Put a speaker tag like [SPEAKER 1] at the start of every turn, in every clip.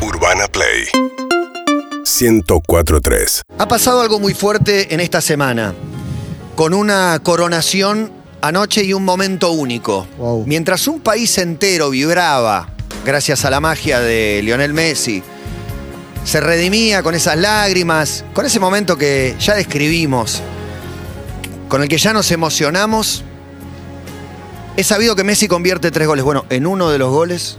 [SPEAKER 1] Urbana Play 104.3
[SPEAKER 2] Ha pasado algo muy fuerte en esta semana, con una coronación anoche y un momento único.
[SPEAKER 3] Wow.
[SPEAKER 2] Mientras un país entero vibraba, gracias a la magia de Lionel Messi, se redimía con esas lágrimas, con ese momento que ya describimos, con el que ya nos emocionamos. He sabido que Messi convierte tres goles. Bueno, en uno de los goles,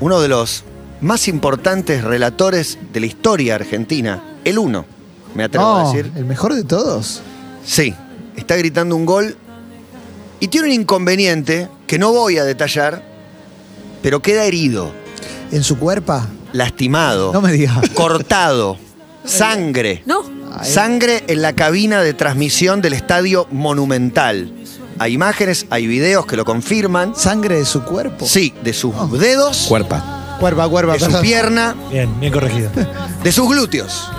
[SPEAKER 2] uno de los más importantes relatores de la historia argentina, el uno, me atrevo a
[SPEAKER 3] No,
[SPEAKER 2] decir.
[SPEAKER 3] el mejor de todos.
[SPEAKER 2] Sí, está gritando un gol y tiene un inconveniente que no voy a detallar, pero queda herido,
[SPEAKER 3] En su cuerpo.
[SPEAKER 2] lastimado,
[SPEAKER 3] No me digas.
[SPEAKER 2] cortado, sangre.
[SPEAKER 4] No.
[SPEAKER 3] Ay.
[SPEAKER 2] Sangre en la cabina de transmisión del estadio Monumental. Hay imágenes, hay videos que lo confirman.
[SPEAKER 3] Sangre de su cuerpo.
[SPEAKER 2] Sí, de sus dedos,
[SPEAKER 5] Cuerpa.
[SPEAKER 3] Cuerpa, cuerpa,
[SPEAKER 2] de su
[SPEAKER 3] Ah. perdón.
[SPEAKER 2] pierna,
[SPEAKER 6] Bien, bien corregido.
[SPEAKER 2] de sus glúteos.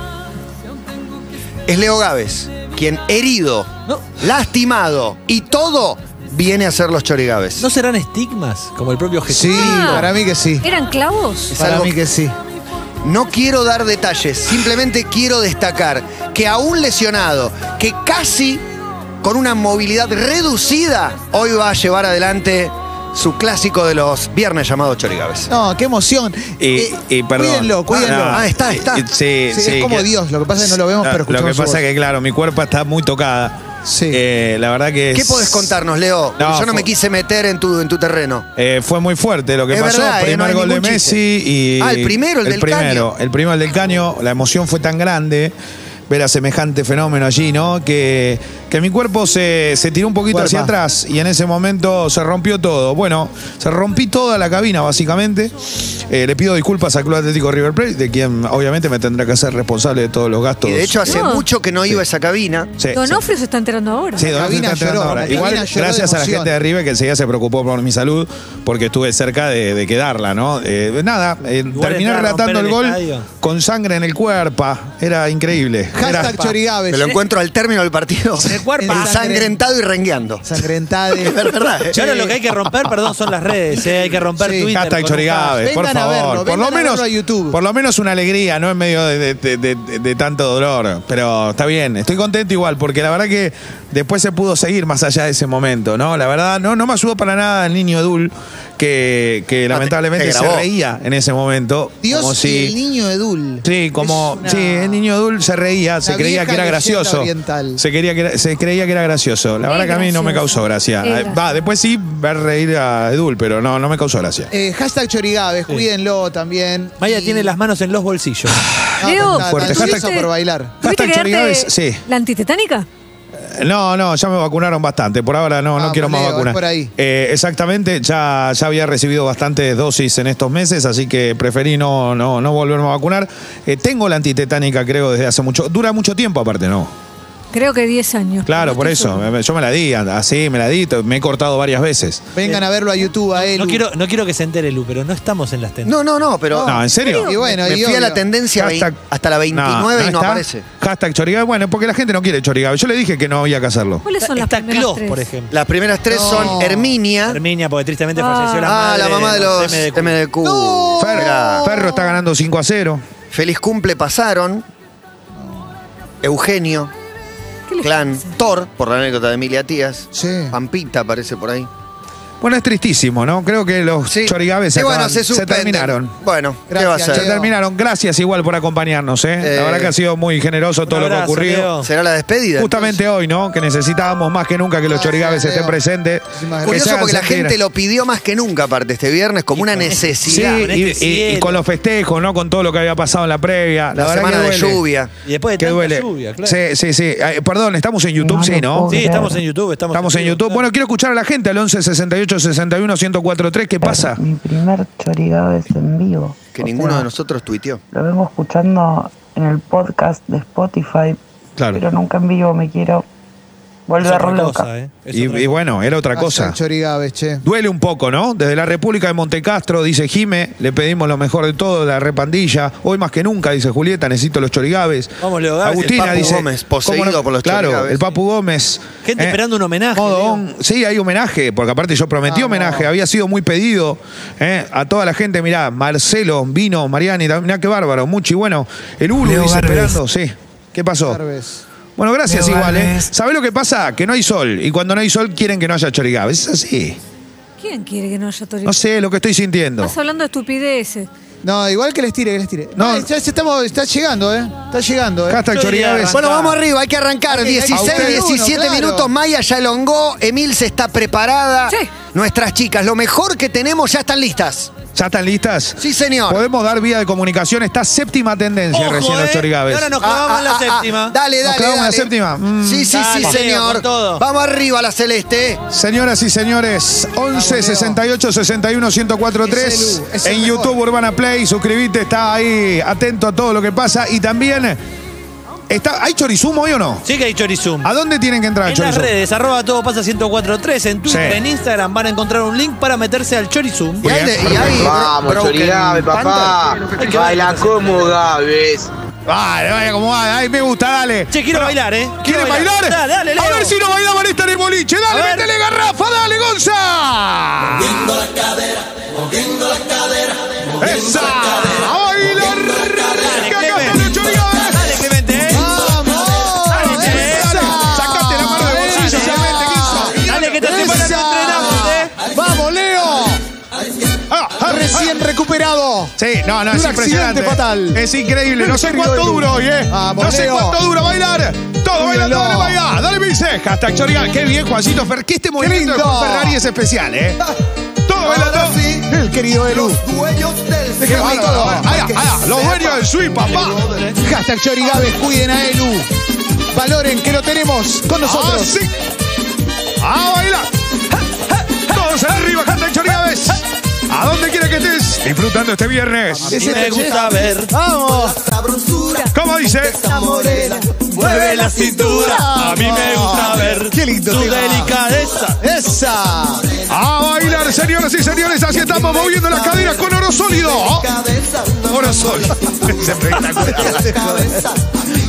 [SPEAKER 2] Es Leo Gávez, quien herido,
[SPEAKER 6] No.
[SPEAKER 2] lastimado y todo viene a ser los chorigaves.
[SPEAKER 6] ¿No serán estigmas como el propio Jesús?
[SPEAKER 3] Sí,
[SPEAKER 4] Ah.
[SPEAKER 3] para mí que sí.
[SPEAKER 4] ¿Eran clavos?
[SPEAKER 2] Es
[SPEAKER 3] Para
[SPEAKER 2] algo
[SPEAKER 3] mí que sí.
[SPEAKER 2] No quiero dar detalles, simplemente quiero destacar que a un lesionado que casi con una movilidad reducida hoy va a llevar adelante su clásico de los viernes llamado Chorigaves.
[SPEAKER 3] No, qué emoción.
[SPEAKER 5] Eh, eh, perdón.
[SPEAKER 3] Cuídenlo, cuídenlo.
[SPEAKER 5] No.
[SPEAKER 2] Ah, está, está.
[SPEAKER 5] Eh, Sí,
[SPEAKER 3] Sí, es
[SPEAKER 5] sí, Ah,
[SPEAKER 3] como Dios, lo que pasa es que no lo vemos, pero
[SPEAKER 5] Lo que
[SPEAKER 3] escuchamos su
[SPEAKER 5] pasa
[SPEAKER 3] voz.
[SPEAKER 5] es que, claro, mi cuerpo está muy tocada.
[SPEAKER 3] Sí.
[SPEAKER 5] Eh, la verdad que.
[SPEAKER 2] ¿Qué
[SPEAKER 5] es-
[SPEAKER 2] podés contarnos, Leo? Porque
[SPEAKER 5] No,
[SPEAKER 2] Yo no me
[SPEAKER 5] fue-
[SPEAKER 2] quise meter en tu, en tu terreno.
[SPEAKER 5] Eh, fue muy fuerte lo que
[SPEAKER 2] Es
[SPEAKER 5] pasó.
[SPEAKER 2] verdad, eh, no
[SPEAKER 5] primer
[SPEAKER 2] hay
[SPEAKER 5] gol de
[SPEAKER 2] ningún
[SPEAKER 5] Messi y.
[SPEAKER 2] Ah, el primero, el del
[SPEAKER 5] primero, El primero, el del caño. La emoción fue tan grande ver a semejante fenómeno allí, ¿no? Que, que mi cuerpo se, se tiró un poquito
[SPEAKER 3] Cuerpa.
[SPEAKER 5] hacia atrás y en ese momento se rompió todo. Bueno, se rompí toda la cabina, básicamente. Eh, le pido disculpas al Club Atlético River Plate, de quien obviamente me tendrá que hacer responsable de todos los gastos.
[SPEAKER 2] Y de hecho hace
[SPEAKER 4] No.
[SPEAKER 2] mucho que no iba a esa cabina.
[SPEAKER 5] Sí, sí.
[SPEAKER 4] Donofrio se está enterando ahora.
[SPEAKER 5] Sí, Donofrio
[SPEAKER 3] cabina
[SPEAKER 5] está entrenando
[SPEAKER 3] lloró,
[SPEAKER 5] ahora.
[SPEAKER 3] la
[SPEAKER 5] Igual,
[SPEAKER 3] cabina lloró de
[SPEAKER 5] gracias a la
[SPEAKER 3] emoción.
[SPEAKER 5] gente de River que enseguida se preocupó por mi salud porque estuve cerca de, de quedarla, ¿no? Eh, nada, eh,
[SPEAKER 6] Igual
[SPEAKER 5] terminé
[SPEAKER 6] entrar a romper
[SPEAKER 5] relatando el
[SPEAKER 6] el
[SPEAKER 5] gol
[SPEAKER 6] estadio.
[SPEAKER 5] con sangre en el cuerpo. Era increíble. Era-
[SPEAKER 3] Hashtag Chorigaves.
[SPEAKER 2] Me lo encuentro al término del partido.
[SPEAKER 6] De cuerpo.
[SPEAKER 2] Ensangrentado y rengueando. Es
[SPEAKER 3] Sangrentade.
[SPEAKER 2] verdad. ¿eh?
[SPEAKER 6] Ya ahora lo que hay que romper, perdón, son las redes. eh, Hay que romper
[SPEAKER 3] Sí,
[SPEAKER 6] Twitter.
[SPEAKER 5] Hashtag
[SPEAKER 6] con un
[SPEAKER 5] Chorigabe,
[SPEAKER 3] Vengan
[SPEAKER 5] por
[SPEAKER 3] a
[SPEAKER 5] favor.
[SPEAKER 3] verlo,
[SPEAKER 5] por lo
[SPEAKER 3] vengan a
[SPEAKER 5] menos
[SPEAKER 3] verlo a YouTube.
[SPEAKER 5] Por lo menos una alegría, no en medio de, de- de- de- de tanto dolor. Pero está bien, estoy contento igual, porque la verdad que después se pudo seguir más allá de ese momento, ¿no? La verdad, no, no me ayudó para nada el niño Edul, que, que
[SPEAKER 2] te-
[SPEAKER 5] lamentablemente
[SPEAKER 2] te
[SPEAKER 5] se
[SPEAKER 2] grabó.
[SPEAKER 5] reía en ese momento.
[SPEAKER 3] Dios
[SPEAKER 5] como
[SPEAKER 3] y el
[SPEAKER 5] si.
[SPEAKER 3] niño Edul.
[SPEAKER 5] Sí, como
[SPEAKER 3] Es una-
[SPEAKER 5] sí, el niño Edul se reía, se
[SPEAKER 3] Una
[SPEAKER 5] creía que
[SPEAKER 3] vieja
[SPEAKER 5] era
[SPEAKER 3] leyenda
[SPEAKER 5] gracioso.
[SPEAKER 3] oriental.
[SPEAKER 5] Se creía que era, se creía que era gracioso. La
[SPEAKER 4] Es
[SPEAKER 5] verdad que a mí no me
[SPEAKER 4] gracioso.
[SPEAKER 5] causó gracia.
[SPEAKER 4] Es
[SPEAKER 5] Eh, Va,
[SPEAKER 4] gracioso.
[SPEAKER 5] después sí ver reír a Edul, pero no, no me causó gracia.
[SPEAKER 3] Eh, hashtag Chorigaves, cuídenlo también.
[SPEAKER 6] Maya
[SPEAKER 3] Y-
[SPEAKER 6] tiene las manos en los bolsillos.
[SPEAKER 3] No,
[SPEAKER 4] Leo,
[SPEAKER 3] está-
[SPEAKER 5] Fuerte,
[SPEAKER 3] está
[SPEAKER 5] hashtag-
[SPEAKER 3] nervioso por bailar.
[SPEAKER 4] ¿Tuviste que
[SPEAKER 5] Hashtag
[SPEAKER 4] darte
[SPEAKER 5] Chorigaves, sí.
[SPEAKER 4] ¿La antitetánica?
[SPEAKER 5] No, no, ya me vacunaron bastante. Por ahora no, no
[SPEAKER 2] Ah,
[SPEAKER 3] Vamos,
[SPEAKER 5] quiero más
[SPEAKER 3] Leo,
[SPEAKER 5] vacunas.
[SPEAKER 3] es por ahí.
[SPEAKER 5] Eh, exactamente, ya, ya había recibido bastantes dosis en estos meses, así que preferí no, no, no volverme a vacunar. Eh, tengo la antitetánica, creo, desde hace mucho. Dura mucho tiempo, aparte, ¿no?
[SPEAKER 4] Creo que 10 años.
[SPEAKER 5] Claro, por
[SPEAKER 4] Estoy
[SPEAKER 5] eso.
[SPEAKER 4] segura.
[SPEAKER 5] me- Yo me la di, así me la di, t- me he cortado varias veces.
[SPEAKER 3] Vengan a verlo a YouTube, a él.
[SPEAKER 6] Eh, No quiero, no quiero que se entere Lu, pero no estamos en las tendencias.
[SPEAKER 2] No, no, no, pero.
[SPEAKER 5] No, ¿en serio?
[SPEAKER 3] Y bueno,
[SPEAKER 2] me
[SPEAKER 3] y
[SPEAKER 2] fui a la
[SPEAKER 3] obvio.
[SPEAKER 2] tendencia vein-
[SPEAKER 5] Hashtag-
[SPEAKER 2] hasta la 29 y no
[SPEAKER 5] está.
[SPEAKER 2] aparece.
[SPEAKER 5] Hashtag Chorigabe. Bueno, porque la gente no quiere Chorigabe. Yo le dije que no había que hacerlo.
[SPEAKER 4] ¿Cuáles son las
[SPEAKER 6] Está
[SPEAKER 4] primeras
[SPEAKER 6] Clos,
[SPEAKER 4] tres?
[SPEAKER 6] por ejemplo.
[SPEAKER 2] Las primeras tres
[SPEAKER 3] No.
[SPEAKER 2] son Herminia.
[SPEAKER 6] Herminia, porque tristemente
[SPEAKER 4] Ah.
[SPEAKER 6] falleció la
[SPEAKER 2] ah,
[SPEAKER 6] madre.
[SPEAKER 2] la mamá de los MDQ.
[SPEAKER 6] MDQ.
[SPEAKER 2] Oh.
[SPEAKER 3] No.
[SPEAKER 5] Ferro,
[SPEAKER 2] Mirá,
[SPEAKER 5] Ferro está ganando 5 a 0.
[SPEAKER 2] Feliz cumple pasaron. Eugenio.
[SPEAKER 4] ¿Qué les
[SPEAKER 2] Clan
[SPEAKER 4] pasa?
[SPEAKER 2] Thor, por la anécdota de Emilia Tías.
[SPEAKER 3] Sí.
[SPEAKER 2] Pampita aparece por ahí.
[SPEAKER 5] Bueno, es tristísimo, ¿no? Creo que los Chorigaves se,
[SPEAKER 2] Y bueno,
[SPEAKER 5] acaban-
[SPEAKER 2] se,
[SPEAKER 5] se
[SPEAKER 2] suspenden.
[SPEAKER 5] terminaron.
[SPEAKER 2] Bueno, ¿qué
[SPEAKER 3] Gracias,
[SPEAKER 2] va a ser?
[SPEAKER 5] Se
[SPEAKER 3] Leo.
[SPEAKER 5] terminaron. Gracias igual por acompañarnos, ¿eh?
[SPEAKER 2] Eh,
[SPEAKER 5] La verdad que ha sido muy generoso todo lo que ha
[SPEAKER 6] abrazo,
[SPEAKER 5] ocurrido.
[SPEAKER 6] Leo.
[SPEAKER 2] ¿Será la despedida?
[SPEAKER 5] Justamente hoy, ¿no? Que necesitábamos más que nunca que los
[SPEAKER 3] Gracias,
[SPEAKER 5] chorigabes
[SPEAKER 3] Leo.
[SPEAKER 5] estén presentes.
[SPEAKER 3] Muchísimas
[SPEAKER 5] que
[SPEAKER 3] gracias.
[SPEAKER 5] se
[SPEAKER 2] Ah, Curioso
[SPEAKER 5] hagan
[SPEAKER 2] porque la
[SPEAKER 5] sentir.
[SPEAKER 2] gente lo pidió más que nunca, aparte, este viernes, como una
[SPEAKER 5] Sí,
[SPEAKER 2] necesidad.
[SPEAKER 6] con
[SPEAKER 5] y,
[SPEAKER 6] este
[SPEAKER 5] y- y
[SPEAKER 6] cielo.
[SPEAKER 5] con los festejos, ¿no? Con todo lo que había pasado en la previa.
[SPEAKER 2] La,
[SPEAKER 5] verdad
[SPEAKER 2] semana
[SPEAKER 5] que
[SPEAKER 2] de
[SPEAKER 5] duele.
[SPEAKER 2] lluvia.
[SPEAKER 6] Y después de
[SPEAKER 5] Que
[SPEAKER 6] tanta
[SPEAKER 5] duele.
[SPEAKER 6] lluvia, claro. Sí,
[SPEAKER 5] Sí, sí, sí. Eh, perdón, estamos en YouTube, sí, ¿no?
[SPEAKER 6] Sí, estamos en YouTube. Estamos,
[SPEAKER 5] Estamos en YouTube. Bueno,
[SPEAKER 6] claro.
[SPEAKER 5] quiero escuchar a la gente al 11 68 61 1043. ¿Qué pasa?
[SPEAKER 7] Mi primer chorigado es en vivo.
[SPEAKER 2] Que
[SPEAKER 7] O
[SPEAKER 2] ninguno
[SPEAKER 7] sea,
[SPEAKER 2] de nosotros tuiteó.
[SPEAKER 7] Lo vengo escuchando en el podcast de Spotify,
[SPEAKER 5] Claro.
[SPEAKER 7] pero nunca en vivo me quiero
[SPEAKER 6] Es
[SPEAKER 7] Volverlo
[SPEAKER 6] otra
[SPEAKER 7] loca.
[SPEAKER 6] cosa, ¿eh? Es
[SPEAKER 5] Y,
[SPEAKER 6] otra
[SPEAKER 5] y
[SPEAKER 6] cosa.
[SPEAKER 5] bueno, era
[SPEAKER 3] Ah,
[SPEAKER 5] otra cosa.
[SPEAKER 3] Chorigaves, che.
[SPEAKER 5] Duele un poco, ¿no? Desde la República de Montecastro, dice Jime, le pedimos lo mejor de todo, la repandilla. Hoy más que nunca, dice Julieta, necesito los chorigaves.
[SPEAKER 6] Vamos, Leo Gávez,
[SPEAKER 5] Agustina
[SPEAKER 2] el Papu
[SPEAKER 5] dice.
[SPEAKER 2] Gómez,
[SPEAKER 5] ¿cómo
[SPEAKER 2] poseído por los
[SPEAKER 5] Claro,
[SPEAKER 2] chorigaves.
[SPEAKER 5] el Papu Gómez.
[SPEAKER 6] Gente esperando un homenaje,
[SPEAKER 5] modo
[SPEAKER 6] Leo.
[SPEAKER 5] on. Sí, hay homenaje, porque aparte yo prometí
[SPEAKER 3] Vamos.
[SPEAKER 5] homenaje, había sido muy pedido eh, a toda la gente. Mirá, Marcelo, Vino, Mariani, mirá qué bárbaro, Muchi, bueno. El Uru
[SPEAKER 1] Leo
[SPEAKER 5] dice
[SPEAKER 1] Garbes.
[SPEAKER 5] esperando, sí. ¿Qué pasó?
[SPEAKER 3] Chorigaves.
[SPEAKER 5] Bueno, gracias
[SPEAKER 1] Leo
[SPEAKER 5] igual, ¿eh?
[SPEAKER 1] Garbes.
[SPEAKER 5] ¿Sabés lo que pasa? Que no hay sol. Y cuando no hay sol quieren que no haya chorigaves. Es así.
[SPEAKER 4] ¿Quién quiere que no haya Toribio?
[SPEAKER 5] No sé lo que estoy sintiendo.
[SPEAKER 4] Estás hablando de estupideces.
[SPEAKER 3] No, igual que les tire, que les tire.
[SPEAKER 5] No.
[SPEAKER 3] No, ya se estamos, está llegando, ¿eh? Está llegando, ¿eh?
[SPEAKER 5] Hashtag
[SPEAKER 6] Yo diría
[SPEAKER 5] Chorigaves.
[SPEAKER 2] Bueno, vamos arriba, hay que arrancar.
[SPEAKER 3] Hay que- hay que
[SPEAKER 2] 16,
[SPEAKER 3] arrancar uno,
[SPEAKER 2] 17
[SPEAKER 3] claro.
[SPEAKER 2] minutos. Maya ya elongó. Emil se está preparada.
[SPEAKER 4] Sí.
[SPEAKER 2] Nuestras chicas, lo mejor que tenemos, ya están listas.
[SPEAKER 5] ¿Ya están listas?
[SPEAKER 2] Sí, señor.
[SPEAKER 5] Podemos dar vía de comunicación. Está séptima tendencia
[SPEAKER 6] Ojo,
[SPEAKER 5] recién los
[SPEAKER 6] ¿eh?
[SPEAKER 5] Chorigaves.
[SPEAKER 6] Ahora nos
[SPEAKER 2] Ah,
[SPEAKER 6] clavamos en
[SPEAKER 2] ah,
[SPEAKER 6] la
[SPEAKER 2] ah, ah.
[SPEAKER 6] séptima.
[SPEAKER 2] Dale,
[SPEAKER 5] ¿Nos
[SPEAKER 2] dale.
[SPEAKER 5] clavamos en la
[SPEAKER 2] dale.
[SPEAKER 5] séptima? Mm.
[SPEAKER 2] Sí, sí,
[SPEAKER 6] Dale,
[SPEAKER 2] sí,
[SPEAKER 6] Leo,
[SPEAKER 2] señor.
[SPEAKER 6] con todo.
[SPEAKER 2] Vamos arriba, la celeste.
[SPEAKER 5] Señoras y señores, 11 68 61 1043
[SPEAKER 3] Es el U, es el
[SPEAKER 5] en
[SPEAKER 3] mejor.
[SPEAKER 5] YouTube Urbana Play. Suscribite, está ahí atento a todo lo que pasa. Y también, está, ¿hay chorizumo hoy o no?
[SPEAKER 6] Sí que hay chorizum.
[SPEAKER 5] ¿A dónde tienen que entrar el
[SPEAKER 6] En las
[SPEAKER 5] chorizumo?
[SPEAKER 6] redes, arroba todo pasa 1043, en Twitter,
[SPEAKER 5] Sí.
[SPEAKER 6] en Instagram, van a encontrar un link para meterse al chorizum.
[SPEAKER 2] Y ahí, de- y ahí,
[SPEAKER 8] Vamos,
[SPEAKER 2] Broken
[SPEAKER 8] Chorigabe, papá.
[SPEAKER 6] Hay que
[SPEAKER 8] Baila
[SPEAKER 6] bailar.
[SPEAKER 8] como Gaves.
[SPEAKER 5] Vale, vaya como va. Ay, me gusta, dale.
[SPEAKER 6] Che, quiero bailar, ¿eh?
[SPEAKER 5] ¿Quiere
[SPEAKER 6] Quiero
[SPEAKER 5] bailar?
[SPEAKER 6] Dale, dale, Leo.
[SPEAKER 5] A ver si no bailaban esta en el boliche. Dale,
[SPEAKER 6] A ver.
[SPEAKER 5] métele garrafa, dale, Gonza. Esa. A bailar. Que acá están los chorigaves.
[SPEAKER 6] Dale, Clemente, ¿eh?
[SPEAKER 5] Dale, Clemente, dale.
[SPEAKER 2] Ah,
[SPEAKER 5] Sacate la mano del bolsillo, Clemente, ¿qué hizo?
[SPEAKER 6] Dale, que esta semana te entrenamos, ¿eh?
[SPEAKER 3] ¡Vamos, Leo!
[SPEAKER 5] Ah, ah,
[SPEAKER 3] Recién
[SPEAKER 5] ah.
[SPEAKER 3] recuperado.
[SPEAKER 5] Sí, no, no,
[SPEAKER 3] Un
[SPEAKER 5] es
[SPEAKER 3] accidente
[SPEAKER 5] impresionante.
[SPEAKER 3] fatal.
[SPEAKER 5] Es increíble. No sé cuánto dura hoy, ¿eh?
[SPEAKER 3] Vamos,
[SPEAKER 5] no sé
[SPEAKER 3] Leo.
[SPEAKER 5] cuánto dura bailar. Todo bailando, dale,
[SPEAKER 3] Mírenlo.
[SPEAKER 5] baila. Dale, Vince. Hashtag Chorigal. Qué bien, Juancito Fer. Que este movimiento de
[SPEAKER 3] lindo.
[SPEAKER 5] Juan Ferrari es especial, ¿eh? Todo bailando.
[SPEAKER 3] El querido Elu.
[SPEAKER 5] Qué bárbaro,
[SPEAKER 3] todo.
[SPEAKER 5] bárbaro. Ahí, ahí, los dueños del swing, papá.
[SPEAKER 3] Hashtag Chorigaves, cuiden a Elu. Valoren que lo tenemos con
[SPEAKER 5] Ah,
[SPEAKER 3] nosotros.
[SPEAKER 5] sí. A bailar. Todos arriba, hashtag Chorigaves. ¿A dónde quiera que estés? Disfrutando este viernes.
[SPEAKER 3] Ese
[SPEAKER 6] Me
[SPEAKER 3] te
[SPEAKER 6] gusta ver.
[SPEAKER 3] ¡Vamos!
[SPEAKER 5] ¿Cómo dice?
[SPEAKER 6] Mueve la cintura. A mí me gusta ver.
[SPEAKER 3] Qué lindo
[SPEAKER 6] Tu
[SPEAKER 3] tema.
[SPEAKER 6] delicadeza.
[SPEAKER 3] ¡Esa!
[SPEAKER 5] A bailar, señoras y señores, así estamos moviendo las caderas con oro sólido. Oro sólido. Es espectacular.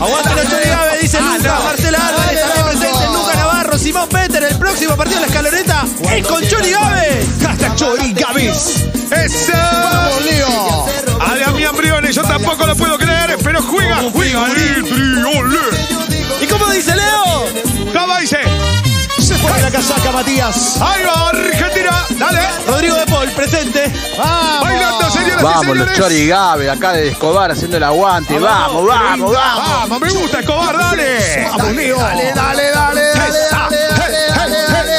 [SPEAKER 6] Aguante la Chorigabe, dice
[SPEAKER 2] Ah,
[SPEAKER 6] Luca. Marcela Álvarez también presente. Luca Navarro, Simón Peter. El próximo partido de la escaloneta es con Chorigabe.
[SPEAKER 5] Hasta Chorigaves. ¡Eso!
[SPEAKER 3] Leo!
[SPEAKER 5] A Damián Briones, yo tampoco lo puedo creer, pero juega, juega, Litri, ole.
[SPEAKER 6] ¿Y cómo dice Leo?
[SPEAKER 5] ¿Cómo dice?
[SPEAKER 3] Se pone la casaca, Matías.
[SPEAKER 5] Ahí va, Argentina, dale.
[SPEAKER 6] Rodrigo de Paul, presente.
[SPEAKER 3] ¡Vamos!
[SPEAKER 5] Bailando, señoras y
[SPEAKER 8] Vamos, los
[SPEAKER 5] señores.
[SPEAKER 8] Chorigabe, acá de Escobar haciendo el aguante. Vamos, vamos, vamos.
[SPEAKER 5] Vamos, me gusta, Escobar, dale.
[SPEAKER 3] ¡Vamos, Leo!
[SPEAKER 2] Dale, dale, dale, dale,
[SPEAKER 5] Esa.
[SPEAKER 2] dale,
[SPEAKER 6] Ah,
[SPEAKER 2] dale, dale, dale.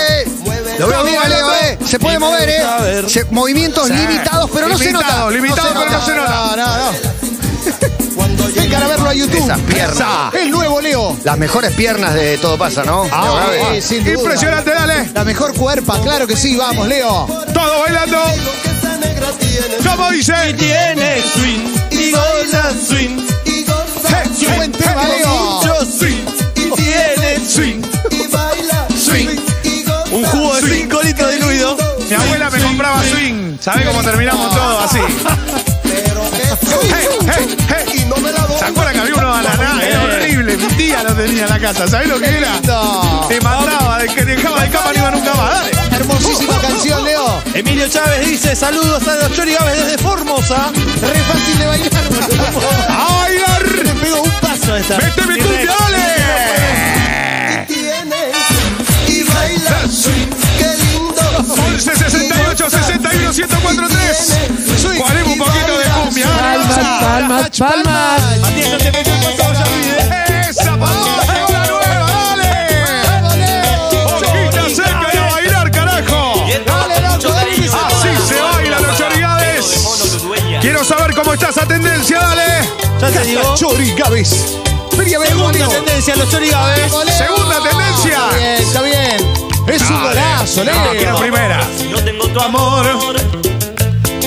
[SPEAKER 2] Lo veo bien, Leo, eh. Se puede mover, eh. Se- movimientos limitados, pero no se
[SPEAKER 5] Limitado,
[SPEAKER 2] nota.
[SPEAKER 5] limitado, pero no se nota.
[SPEAKER 3] No, no, no. Vengan a verlo a YouTube.
[SPEAKER 2] Esas piernas.
[SPEAKER 3] El nuevo Leo.
[SPEAKER 2] Las mejores piernas de todo pasa, ¿no? Leo
[SPEAKER 5] Ah,
[SPEAKER 2] Gávez.
[SPEAKER 3] sí, sin duda.
[SPEAKER 5] Impresionante, dale.
[SPEAKER 3] La mejor cuerpa, claro que sí, vamos, Leo.
[SPEAKER 5] Todo bailando. ¿Cómo dice?
[SPEAKER 6] Tiene swing y goza swing.
[SPEAKER 3] Buen tema, Leo.
[SPEAKER 6] Yo swing y tiene swing. Un jugo de 5 litros diluido. Ah.
[SPEAKER 5] Mi abuela me compraba swing. ¿Sabés cómo terminamos todo así? Hey, hey, hey. ¿Se acuerdan que había uno ananá? Era
[SPEAKER 6] Eh.
[SPEAKER 5] horrible. Mi tía lo tenía en la casa. ¿Sabés lo que era?
[SPEAKER 3] No.
[SPEAKER 5] Te mataba, de que dejaba de cama no iba nunca más. Dale.
[SPEAKER 3] Hermosísima canción, Leo.
[SPEAKER 6] Emilio Chávez dice saludos a los chorigaves desde Formosa.
[SPEAKER 3] Re fácil de bailar, boludo.
[SPEAKER 5] ¡A bailar!
[SPEAKER 6] Le pego un paso a esta.
[SPEAKER 5] ¡Vete mi cumbia, dale! ¡Qué lindo! 11 68 61 1043 Ponemos un poquito de cumbia.
[SPEAKER 3] Palmas, palmas.
[SPEAKER 6] Matías, no te metas con todo, ya olvidé.
[SPEAKER 5] ¡Esa patada es la nueva! ¡Dale! ¡Boquita seca y a bailar, carajo! ¡Así se bailan los chorigades! Quiero saber cómo está esa tendencia, dale.
[SPEAKER 6] Ya te digo.
[SPEAKER 3] Chori, Gavis. Vení a ver,
[SPEAKER 6] Segunda
[SPEAKER 3] Leo.
[SPEAKER 6] tendencia, los chorigaves.
[SPEAKER 3] Leo.
[SPEAKER 5] Segunda tendencia.
[SPEAKER 3] Está bien, está bien. Es un golazo,
[SPEAKER 5] No, quiero
[SPEAKER 3] Leo.
[SPEAKER 5] primera.
[SPEAKER 9] No tengo tu amor.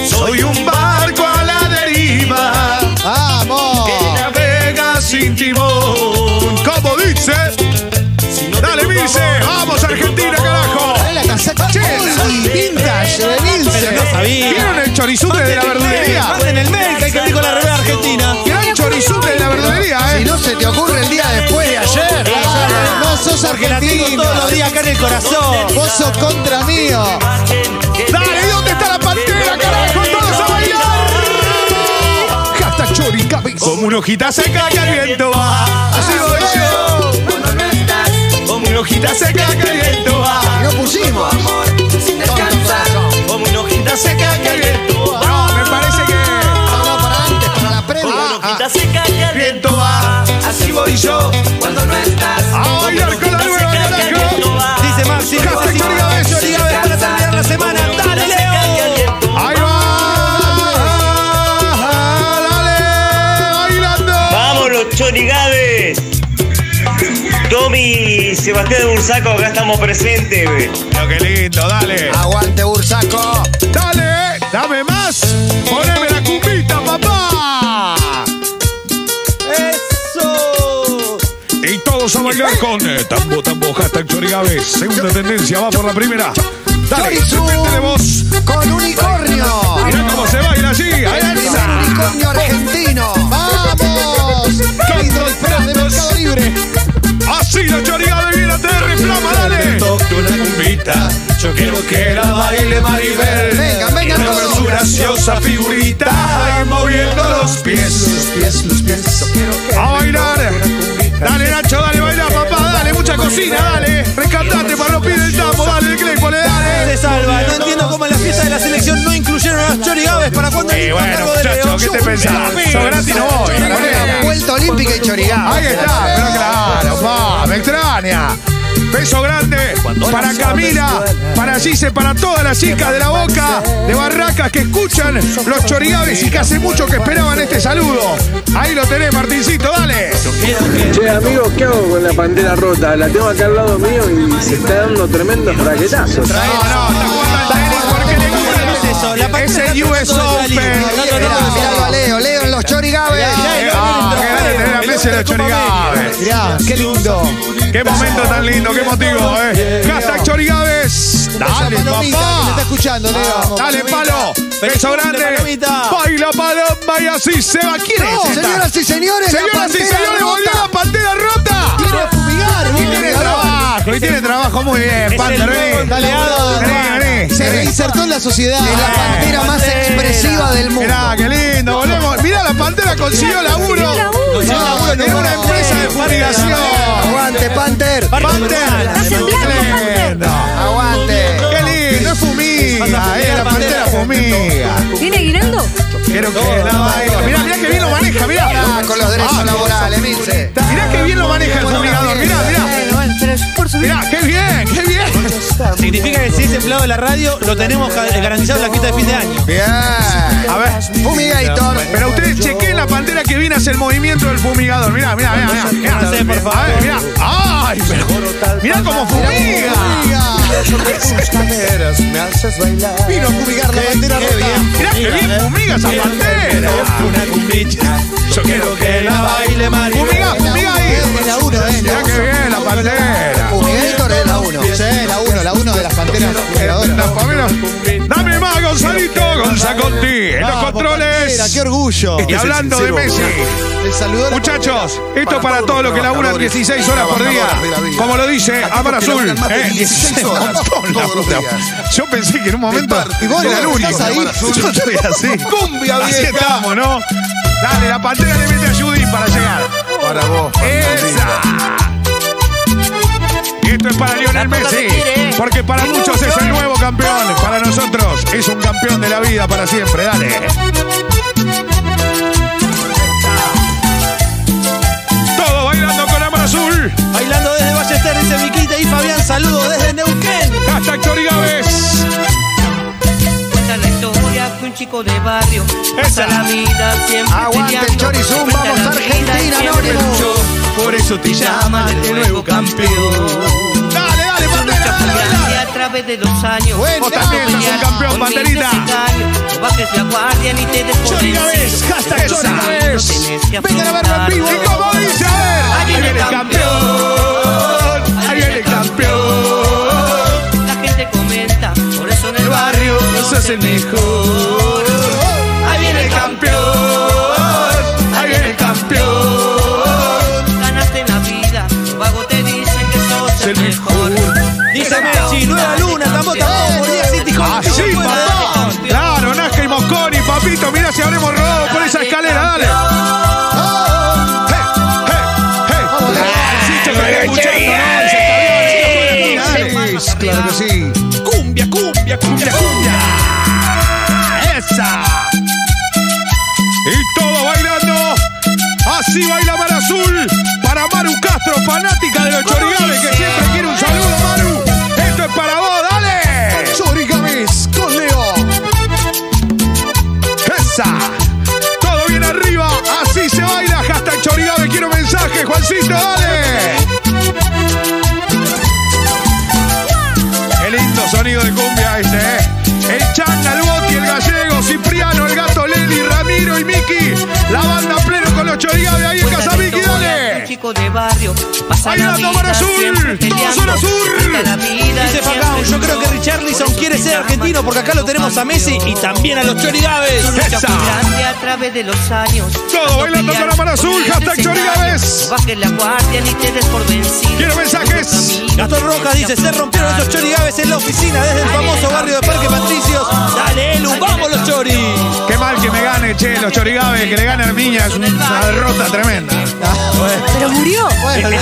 [SPEAKER 5] Soy un barco a la deriva.
[SPEAKER 6] Oh.
[SPEAKER 3] Vamos.
[SPEAKER 5] Navega sin timón. Como dice.
[SPEAKER 9] Si no
[SPEAKER 5] Dale,
[SPEAKER 9] tengo tu
[SPEAKER 5] Vince. chorizucre de la
[SPEAKER 6] Manden el mail,
[SPEAKER 5] verdulería.
[SPEAKER 6] Manden el mail que hay que abrir con la revés argentina.
[SPEAKER 5] Gran chorizucre de la verdulería,
[SPEAKER 2] Si
[SPEAKER 5] ¿eh?
[SPEAKER 2] no se te ocurre el día después de ayer.
[SPEAKER 3] No Ah, sos
[SPEAKER 6] Porque la tengo
[SPEAKER 3] argentino.
[SPEAKER 6] todos los días acá en el corazón.
[SPEAKER 3] Vos sos contra mío.
[SPEAKER 5] Dale, ¿y ¿dónde está la pantera, carajo? Todos a bailar. Hasta chori cabeza. Como una hojita seca que al viento va. Así voy yo. Como una hojita seca que al viento va.
[SPEAKER 2] No pusimos.
[SPEAKER 9] Como una hojita seca que al viento va.
[SPEAKER 5] No, Ah, me parece que Ah,
[SPEAKER 2] No, para antes, para la
[SPEAKER 9] Como una
[SPEAKER 2] previa.
[SPEAKER 9] hojita seca que al
[SPEAKER 5] al viento va. Así voy yo.
[SPEAKER 9] Cuando no estás.
[SPEAKER 5] A
[SPEAKER 9] Como una
[SPEAKER 5] bailar Ah, con la
[SPEAKER 9] hojita
[SPEAKER 5] nueva,
[SPEAKER 9] seca que al
[SPEAKER 5] carajo.
[SPEAKER 9] viento va.
[SPEAKER 6] Dice Maxi.
[SPEAKER 5] Hashtag Chori Gávez.
[SPEAKER 6] Chori Gávez para terminar la semana. Dale, Leo.
[SPEAKER 5] Ahí ah, va. ah, Dale, bailando.
[SPEAKER 9] Vamos los chorigades. Tommy, Sebastián de Bursaco, acá estamos presentes. güey.
[SPEAKER 5] Pero qué lindo, dale.
[SPEAKER 2] Aguante, Bursaco.
[SPEAKER 5] Dale, dame más. Poneme la cumbita, papá.
[SPEAKER 6] Eso.
[SPEAKER 5] Y todos a bailar con eh, Tambo Tambo Hashtag Chorigabe. Segunda tendencia, va por la primera. Dale,
[SPEAKER 2] Chorizo.
[SPEAKER 5] sorprende de vos.
[SPEAKER 2] Con unicornio.
[SPEAKER 5] Mirá cómo se baila allí.
[SPEAKER 2] El primer
[SPEAKER 5] Alenza.
[SPEAKER 2] unicornio argentino.
[SPEAKER 3] ¡Vamos! ¡Qué lindo el plan de Mercado Libre!
[SPEAKER 5] Así la Chorigabe viene a tener inflama, dale. Toque una cumbita. Yo quiero que la baile Maribel.
[SPEAKER 2] Venga, venga
[SPEAKER 5] Quiero ver
[SPEAKER 2] todos.
[SPEAKER 5] su graciosa figurita ahí moviendo los pies.
[SPEAKER 2] pies, los pies. Yo quiero que
[SPEAKER 5] A bailar. Dale, Nacho, dale, baila, papá, dale, mucha cocina, dale. Rescatate para los pies del tambo, dale, el Claypole,
[SPEAKER 6] Se
[SPEAKER 5] dale.
[SPEAKER 6] salva. No entiendo cómo en la fiesta de la selección no incluyeron a los chorigaves. ¿Para cuándo
[SPEAKER 5] Y
[SPEAKER 6] el
[SPEAKER 5] bueno,
[SPEAKER 6] cargo de Leo?
[SPEAKER 5] muchachos, ¿qué te pensás? Yo gratis no voy,
[SPEAKER 2] La
[SPEAKER 5] Gabriel.
[SPEAKER 2] vuelta olímpica y chorigada.
[SPEAKER 5] Ahí está, pero claro, pa, me extraña. Peso grande para Camila, para Gise, para todas las chicas de la boca, de Barracas que escuchan los chorigaves y que hace mucho que esperaban este saludo. Ahí lo tenés, Martincito, dale.
[SPEAKER 8] Che, amigo, ¿qué hago con la pantera rota? La tengo acá al lado mío y se está dando tremendo fraquetazo.
[SPEAKER 5] No, no, está jugando al tenis porque le gusta.
[SPEAKER 6] Es eso, la pantera
[SPEAKER 5] Es
[SPEAKER 6] está
[SPEAKER 5] el US
[SPEAKER 6] tratando de salir.
[SPEAKER 5] Open.
[SPEAKER 6] Está tratando de
[SPEAKER 2] Mirá, mirá a Leo, Leo en los chorigabes.
[SPEAKER 5] Eh, ah, qué grande tener a Messi en la Chorigaves.
[SPEAKER 3] Mirá, qué lindo.
[SPEAKER 5] Qué momento tan lindo, qué motivo, eh. Hashtag Chorigaves. Dale,
[SPEAKER 3] Esa palomita que te está
[SPEAKER 5] papá.
[SPEAKER 3] escuchando, Leo.
[SPEAKER 5] Dale, palo. Beso grande.
[SPEAKER 6] Palomita.
[SPEAKER 5] Baila paloma y así se va. ¿Quién
[SPEAKER 2] No,
[SPEAKER 5] es? esta?
[SPEAKER 2] señoras y señores, la
[SPEAKER 5] Señoras y
[SPEAKER 2] pantera
[SPEAKER 5] señores, volvió
[SPEAKER 2] rota.
[SPEAKER 5] la pantera rota.
[SPEAKER 3] Quiere fumigar,
[SPEAKER 5] Y tiene trabajo, y tiene trabajo muy bien, eh. Panther. vení.
[SPEAKER 3] Dale,
[SPEAKER 5] Vení, vení,
[SPEAKER 3] Se
[SPEAKER 5] vení.
[SPEAKER 3] reinsertó en la sociedad.
[SPEAKER 2] Es la pantera más
[SPEAKER 6] Pantera.
[SPEAKER 2] expresiva del mundo.
[SPEAKER 5] Mirá, qué lindo, volvemos. Mirá, la pantera consiguió laburo.
[SPEAKER 4] Consiguió
[SPEAKER 3] laburo,
[SPEAKER 5] en una empresa de fumigación.
[SPEAKER 2] Aguante, Panther.
[SPEAKER 4] Estás en blanco,
[SPEAKER 5] Qué
[SPEAKER 4] Panther.
[SPEAKER 5] lindo.
[SPEAKER 2] Aguante.
[SPEAKER 5] Qué lindo, es fumiga, eh, la pantera fumiga.
[SPEAKER 4] ¿Tiene guirando?
[SPEAKER 5] Quiero que la baile. Mirá, mirá que bien lo maneja, mirá.
[SPEAKER 2] Ah, con los derechos
[SPEAKER 5] Ah,
[SPEAKER 2] laborales, Milce.
[SPEAKER 5] Mirá que bien lo maneja el fumigador, mirá, mirá.
[SPEAKER 4] Bueno, bueno, pero por subir.
[SPEAKER 5] Mirá, qué bien, qué bien.
[SPEAKER 6] Significa que si es empleado de la radio, lo tenemos ca- garantizado en la fiesta de fin de año.
[SPEAKER 2] Bien.
[SPEAKER 5] A ver.
[SPEAKER 2] Fumigator.
[SPEAKER 5] Pero ustedes chequen la pantera que viene hace el movimiento del fumigador. Mirá, mirá, mirá, mirá. mirá.
[SPEAKER 6] No sé, por favor.
[SPEAKER 5] A ver, mirá. Ay, pero. Mirá cómo fumiga.
[SPEAKER 3] Vino a fumigar la pantera rota.
[SPEAKER 5] Mirá que bien fumiga esa pantera.
[SPEAKER 6] Una cumbita.
[SPEAKER 5] Yo quiero que la baile María. Fumiga, fumiga ahí.
[SPEAKER 3] Es la 1, eh.
[SPEAKER 5] Mirá que bien la pantera.
[SPEAKER 2] Fumigator es la 1.
[SPEAKER 3] Sí, la 1, la 1 de las panteras fumigadoras.
[SPEAKER 5] La familia. Dame más, Gonzalito, Gonza Conti. En los
[SPEAKER 3] Vamos, pantera,
[SPEAKER 5] controles.
[SPEAKER 3] ¡Qué orgullo! Este
[SPEAKER 5] Y hablando de Messi.
[SPEAKER 3] Les saludó la
[SPEAKER 5] Muchachos, esto para todos los que laburan 16 horas por día. Como lo dice Amar Azul. ¿eh? 16 horas. Montón, la puta. Yo pensé que en un momento.
[SPEAKER 3] Y vos,
[SPEAKER 5] era el
[SPEAKER 3] ¿estás
[SPEAKER 5] único.
[SPEAKER 3] ahí?
[SPEAKER 5] Yo estoy así. Cumbia Así estamos, ¿no? Dale, la pantera le mete a Judy para llegar. Para vos. ¡Esa! Y esto es para Lionel Messi. Porque para muchos es el nuevo campeón. Para nosotros es un campeón de la vida para siempre. Dale. Todo bailando con Amar Azul.
[SPEAKER 6] Bailando desde Ballester, dice Miquita y Fabián. Saludos desde Neuquén.
[SPEAKER 5] Hashtag Chori Gávez.
[SPEAKER 1] Cuenta la historia que un chico de barrio pasa
[SPEAKER 5] Esa.
[SPEAKER 1] la vida
[SPEAKER 6] Ah,
[SPEAKER 1] siempre
[SPEAKER 2] Aguante el
[SPEAKER 1] peleando.
[SPEAKER 2] Chorizum,
[SPEAKER 1] Cuenta
[SPEAKER 2] vamos
[SPEAKER 1] la
[SPEAKER 2] Argentina,
[SPEAKER 1] vida siempre
[SPEAKER 2] Anónimo.
[SPEAKER 1] luchó.
[SPEAKER 5] Por eso te
[SPEAKER 1] Llama de nuevo campeón.
[SPEAKER 5] Dale, dale,
[SPEAKER 1] Son los
[SPEAKER 5] pantera, dale,
[SPEAKER 1] campeones
[SPEAKER 5] dale.
[SPEAKER 1] a través de los años.
[SPEAKER 5] Bueno,
[SPEAKER 1] Vos
[SPEAKER 5] también sos un
[SPEAKER 1] pelear
[SPEAKER 5] campeón,
[SPEAKER 1] con mil
[SPEAKER 5] banderita.
[SPEAKER 1] sicarios. No bajes la guardia ni te des por
[SPEAKER 5] Chori Gávez.
[SPEAKER 1] vencido.
[SPEAKER 5] Hashtag
[SPEAKER 1] Esa.
[SPEAKER 5] Chori
[SPEAKER 1] No
[SPEAKER 5] Gávez.
[SPEAKER 1] tenés que
[SPEAKER 5] Vengan a verlo en vivo.
[SPEAKER 1] afrontar.
[SPEAKER 5] Y como dice, a ver.
[SPEAKER 1] Ahí viene el
[SPEAKER 5] campeón. Ahí viene el campeón.
[SPEAKER 1] La gente comenta, por eso en el
[SPEAKER 5] El barrio
[SPEAKER 1] barrio no
[SPEAKER 5] sos
[SPEAKER 1] se
[SPEAKER 5] el mejor. quiero mensaje, Juancito, dale. Qué lindo sonido de cumbia este, ¿eh? El Changa, el Boti, el Gallego, Cipriano, el Gato Leli, Ramiro y Miki. La banda pleno con los chorigabe ahí en Casa Miki,
[SPEAKER 1] Un
[SPEAKER 5] dale.
[SPEAKER 1] chico de barrio, pasa
[SPEAKER 5] Bailando
[SPEAKER 1] la vida
[SPEAKER 5] Mar Azul,
[SPEAKER 1] siempre
[SPEAKER 5] todos
[SPEAKER 1] peleando,
[SPEAKER 5] son azul.
[SPEAKER 1] cuenta la vida
[SPEAKER 6] Dice
[SPEAKER 1] siempre
[SPEAKER 6] Facao, yo creo que
[SPEAKER 1] luchó,
[SPEAKER 6] Richarlison
[SPEAKER 1] por
[SPEAKER 6] quiere
[SPEAKER 1] eso
[SPEAKER 6] ser
[SPEAKER 1] te
[SPEAKER 6] argentino
[SPEAKER 1] llaman
[SPEAKER 6] porque acá lo tenemos a Messi y también a los Chorigaves.
[SPEAKER 1] lucha
[SPEAKER 5] Esa.
[SPEAKER 1] ambulante a través de los años.
[SPEAKER 5] Todo bailando con la mano azul, hashtag Chorigaves.
[SPEAKER 1] No bajes la guardia ni te des por vencido.
[SPEAKER 5] Quiero mensajes.
[SPEAKER 6] Gastón Rojas dice, se rompieron esos Chorigaves en la oficina desde el famoso barrio de Parque Patricios. Dale, Elu, vamos los Choris.
[SPEAKER 5] Qué mal que me gane, che, los chorigabe, que le gane a Herminia, es una derrota tremenda.
[SPEAKER 4] Pero murió.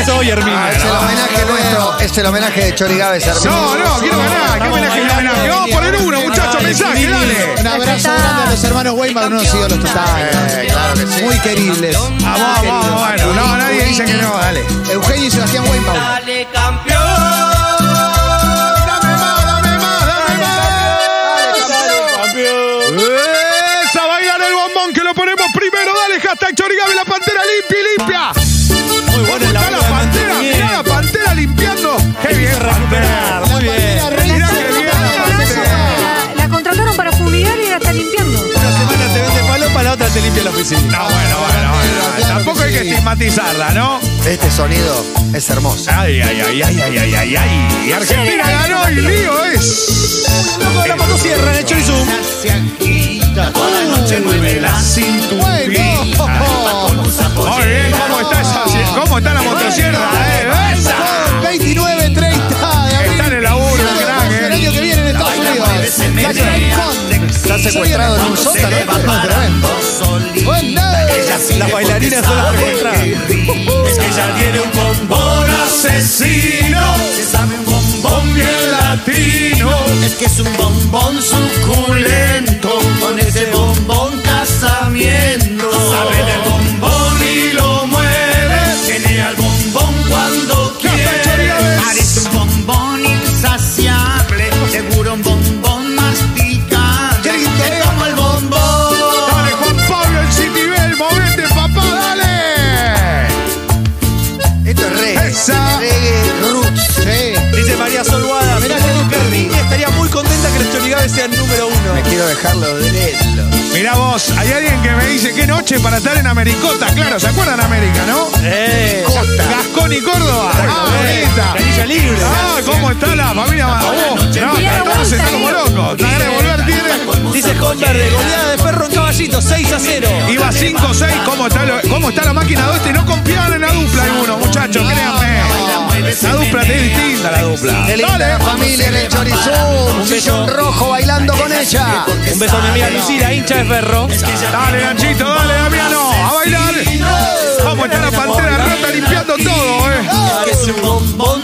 [SPEAKER 6] Soy Hermina.
[SPEAKER 2] Es el homenaje nuestro, es el homenaje de Chori Gávez a Herminio.
[SPEAKER 5] No, no, quiero ganar, qué homenaje, qué homenaje. Vamos por el uno, muchachos, mensaje, dale.
[SPEAKER 3] Un abrazo grande a los hermanos Weimar, unos ídolos
[SPEAKER 2] Eh,
[SPEAKER 3] totales.
[SPEAKER 2] claro que sí.
[SPEAKER 3] Muy queribles.
[SPEAKER 5] Ah, vos, vos, bueno, no, nadie dice que no, dale.
[SPEAKER 3] Eugenio y Sebastián Weimar.
[SPEAKER 1] Dale, campeón.
[SPEAKER 5] Dame más, dame más, dame más. Esa, bailan el bombón que lo ponemos primero, dale, hashtag chorigabe, la pantera limpia y limpia.
[SPEAKER 6] Muy buena
[SPEAKER 5] Está la pantera, mirá la pantera limpiando. Qué bien, pantera.
[SPEAKER 6] Muy bien.
[SPEAKER 5] Mirá que bien la pantera.
[SPEAKER 4] La- La contrataron para fumigar y la está limpiando.
[SPEAKER 6] Una semana te vende palopa, la otra te limpia la oficina.
[SPEAKER 5] No, bueno, bueno, bueno. Tampoco hay que estigmatizarla, ¿no?
[SPEAKER 2] Este sonido es hermoso.
[SPEAKER 6] Ah,
[SPEAKER 5] Ay, ay, ay, ay, ay, ay, ay, ay. Y Argentina ganó el lío es.
[SPEAKER 6] Con la motosierra en el Chorizum.
[SPEAKER 3] Bueno,
[SPEAKER 5] Muy bien, ¿cómo está esa? ¿Cómo está la motosierra? eh? ¡Esa!
[SPEAKER 3] 29, 30 de abril.
[SPEAKER 5] Están en la urna,
[SPEAKER 3] Ídolos
[SPEAKER 5] crack,
[SPEAKER 3] del
[SPEAKER 5] eh.
[SPEAKER 3] año que viene en Estados Unidos. La Gran Con.
[SPEAKER 2] Está secuestrado en un sótano.
[SPEAKER 3] Bueno.
[SPEAKER 6] Las bailarinas son las recontra.
[SPEAKER 5] Es que ya tiene un bombón asesino. Se sabe un bombón bien latino.
[SPEAKER 10] Es que es un bombón suculento, con ese bombón casamiento. Sabe de bombón y lo mueve, tiene al bombón cuando quiere. Parece un bombón insaciable, seguro un bombón masticable. Es como el bombón.
[SPEAKER 5] eh. Dale, Juan Pablo, el Citibel, movete, papá, dale.
[SPEAKER 2] Esto es reggae.
[SPEAKER 5] Esa.
[SPEAKER 2] Reggae roots.
[SPEAKER 6] Dice María Solvada, mirá que Luca Riña estaría muy contenta que los Chorigaves sean número uno.
[SPEAKER 2] Me quiero dejarlo de él.
[SPEAKER 5] Mirá vos, hay alguien que me dice qué noche para estar en Americota. Claro, ¿se acuerdan América, no?
[SPEAKER 6] ¡Eh!
[SPEAKER 5] Gascón y Córdoba. Ah, bonita.
[SPEAKER 6] Canilla libre.
[SPEAKER 5] Ah, ¿cómo está la familia? Oh, no, estamos,
[SPEAKER 2] eh.
[SPEAKER 5] estamos locos. La gana de volver tiene.
[SPEAKER 6] Dice Con Verde, goleada de Ferro en Caballito, 6 a 0.
[SPEAKER 5] Iba 5-6, ¿cómo, está lo- ¿cómo está la máquina 2? Y no confían en la dupla alguno, muchachos, créanme. La dupla es distinta, la dupla.
[SPEAKER 2] Qué linda la familia en el chorizum. Sillón rojo bailando con ella.
[SPEAKER 6] Un beso a mi amiga Lucila, hincha de Ferro.
[SPEAKER 5] Dale, Nachito, dale, Damiano, a bailar. ¿Cómo está la pantera rota limpiando todo, eh?
[SPEAKER 10] Que es un bombón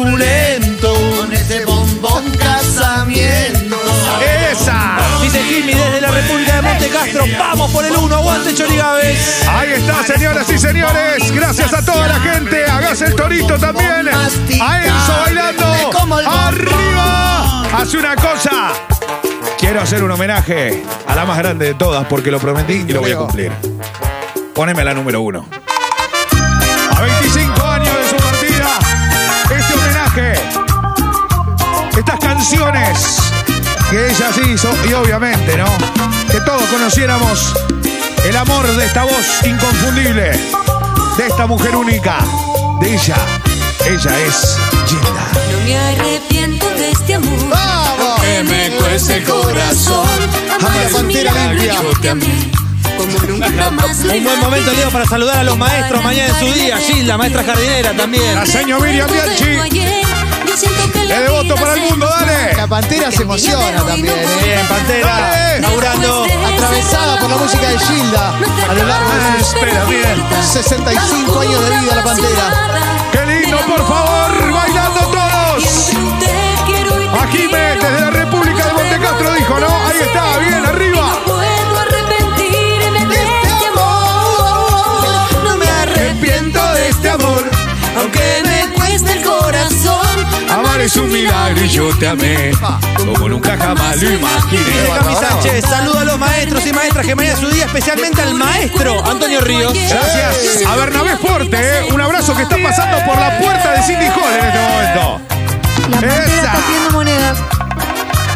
[SPEAKER 10] suculento, con ese bombón casamiento.
[SPEAKER 5] Esa.
[SPEAKER 6] Dice Jimmy desde la República de Monte Castro, vamos por el 1, aguante Chorigaves.
[SPEAKER 5] Ahí está, señoras y señores. Gracias a toda la gente. Hagas el torito también. A Enzo bailando. ¡Arriba! Hace una cosa. Quiero hacer un homenaje a la más grande de todas porque lo prometí y lo voy a cumplir. Poneme la número uno. A 25 años de su partida, este homenaje. Estas canciones que ellas hizo y obviamente, ¿no? Que todos conociéramos el amor de esta voz inconfundible, de esta mujer única, de ella. Ella es Gilda.
[SPEAKER 4] No me arrepiento de este amor.
[SPEAKER 3] ¡Vamos!
[SPEAKER 10] Que me cuece el corazón.
[SPEAKER 3] Ama la pantera limpia.
[SPEAKER 6] Un buen momento, Leo, para saludar a los maestros mañana de su día. Gilda, maestra jardinera también.
[SPEAKER 5] La señora Miriam Bianchi, le devoto para el mundo, dale.
[SPEAKER 3] La pantera se emociona también, ¿eh?
[SPEAKER 6] Bien, Pantera,
[SPEAKER 5] Dale.
[SPEAKER 6] laburando.
[SPEAKER 3] Atravesada por la música de Gilda. A lo largo
[SPEAKER 5] Ah,
[SPEAKER 3] de sus
[SPEAKER 5] espera, bien.
[SPEAKER 3] 65 años de vida, la pantera.
[SPEAKER 5] Qué lindo, por favor, bailando todos. A Jimé, desde la República de Monte Castro dijo, ¿no? Ahí está, bien, arriba. Este
[SPEAKER 6] No me
[SPEAKER 5] este
[SPEAKER 6] arrepiento de este amor, aunque me cueste el corazón.
[SPEAKER 5] Amar es
[SPEAKER 10] es un milagro y yo te amé. Como nunca jamás lo imaginé.
[SPEAKER 6] Dice Cami Sánchez, saludo a los maestros y maestras que mañana es su día, especialmente al maestro Antonio Ríos.
[SPEAKER 5] Gracias a Bernabé Forte, ¿eh? un abrazo que está pasando por la puerta de City Hall en este momento.
[SPEAKER 4] La moneda
[SPEAKER 5] Esa.
[SPEAKER 4] está pidiendo monedas.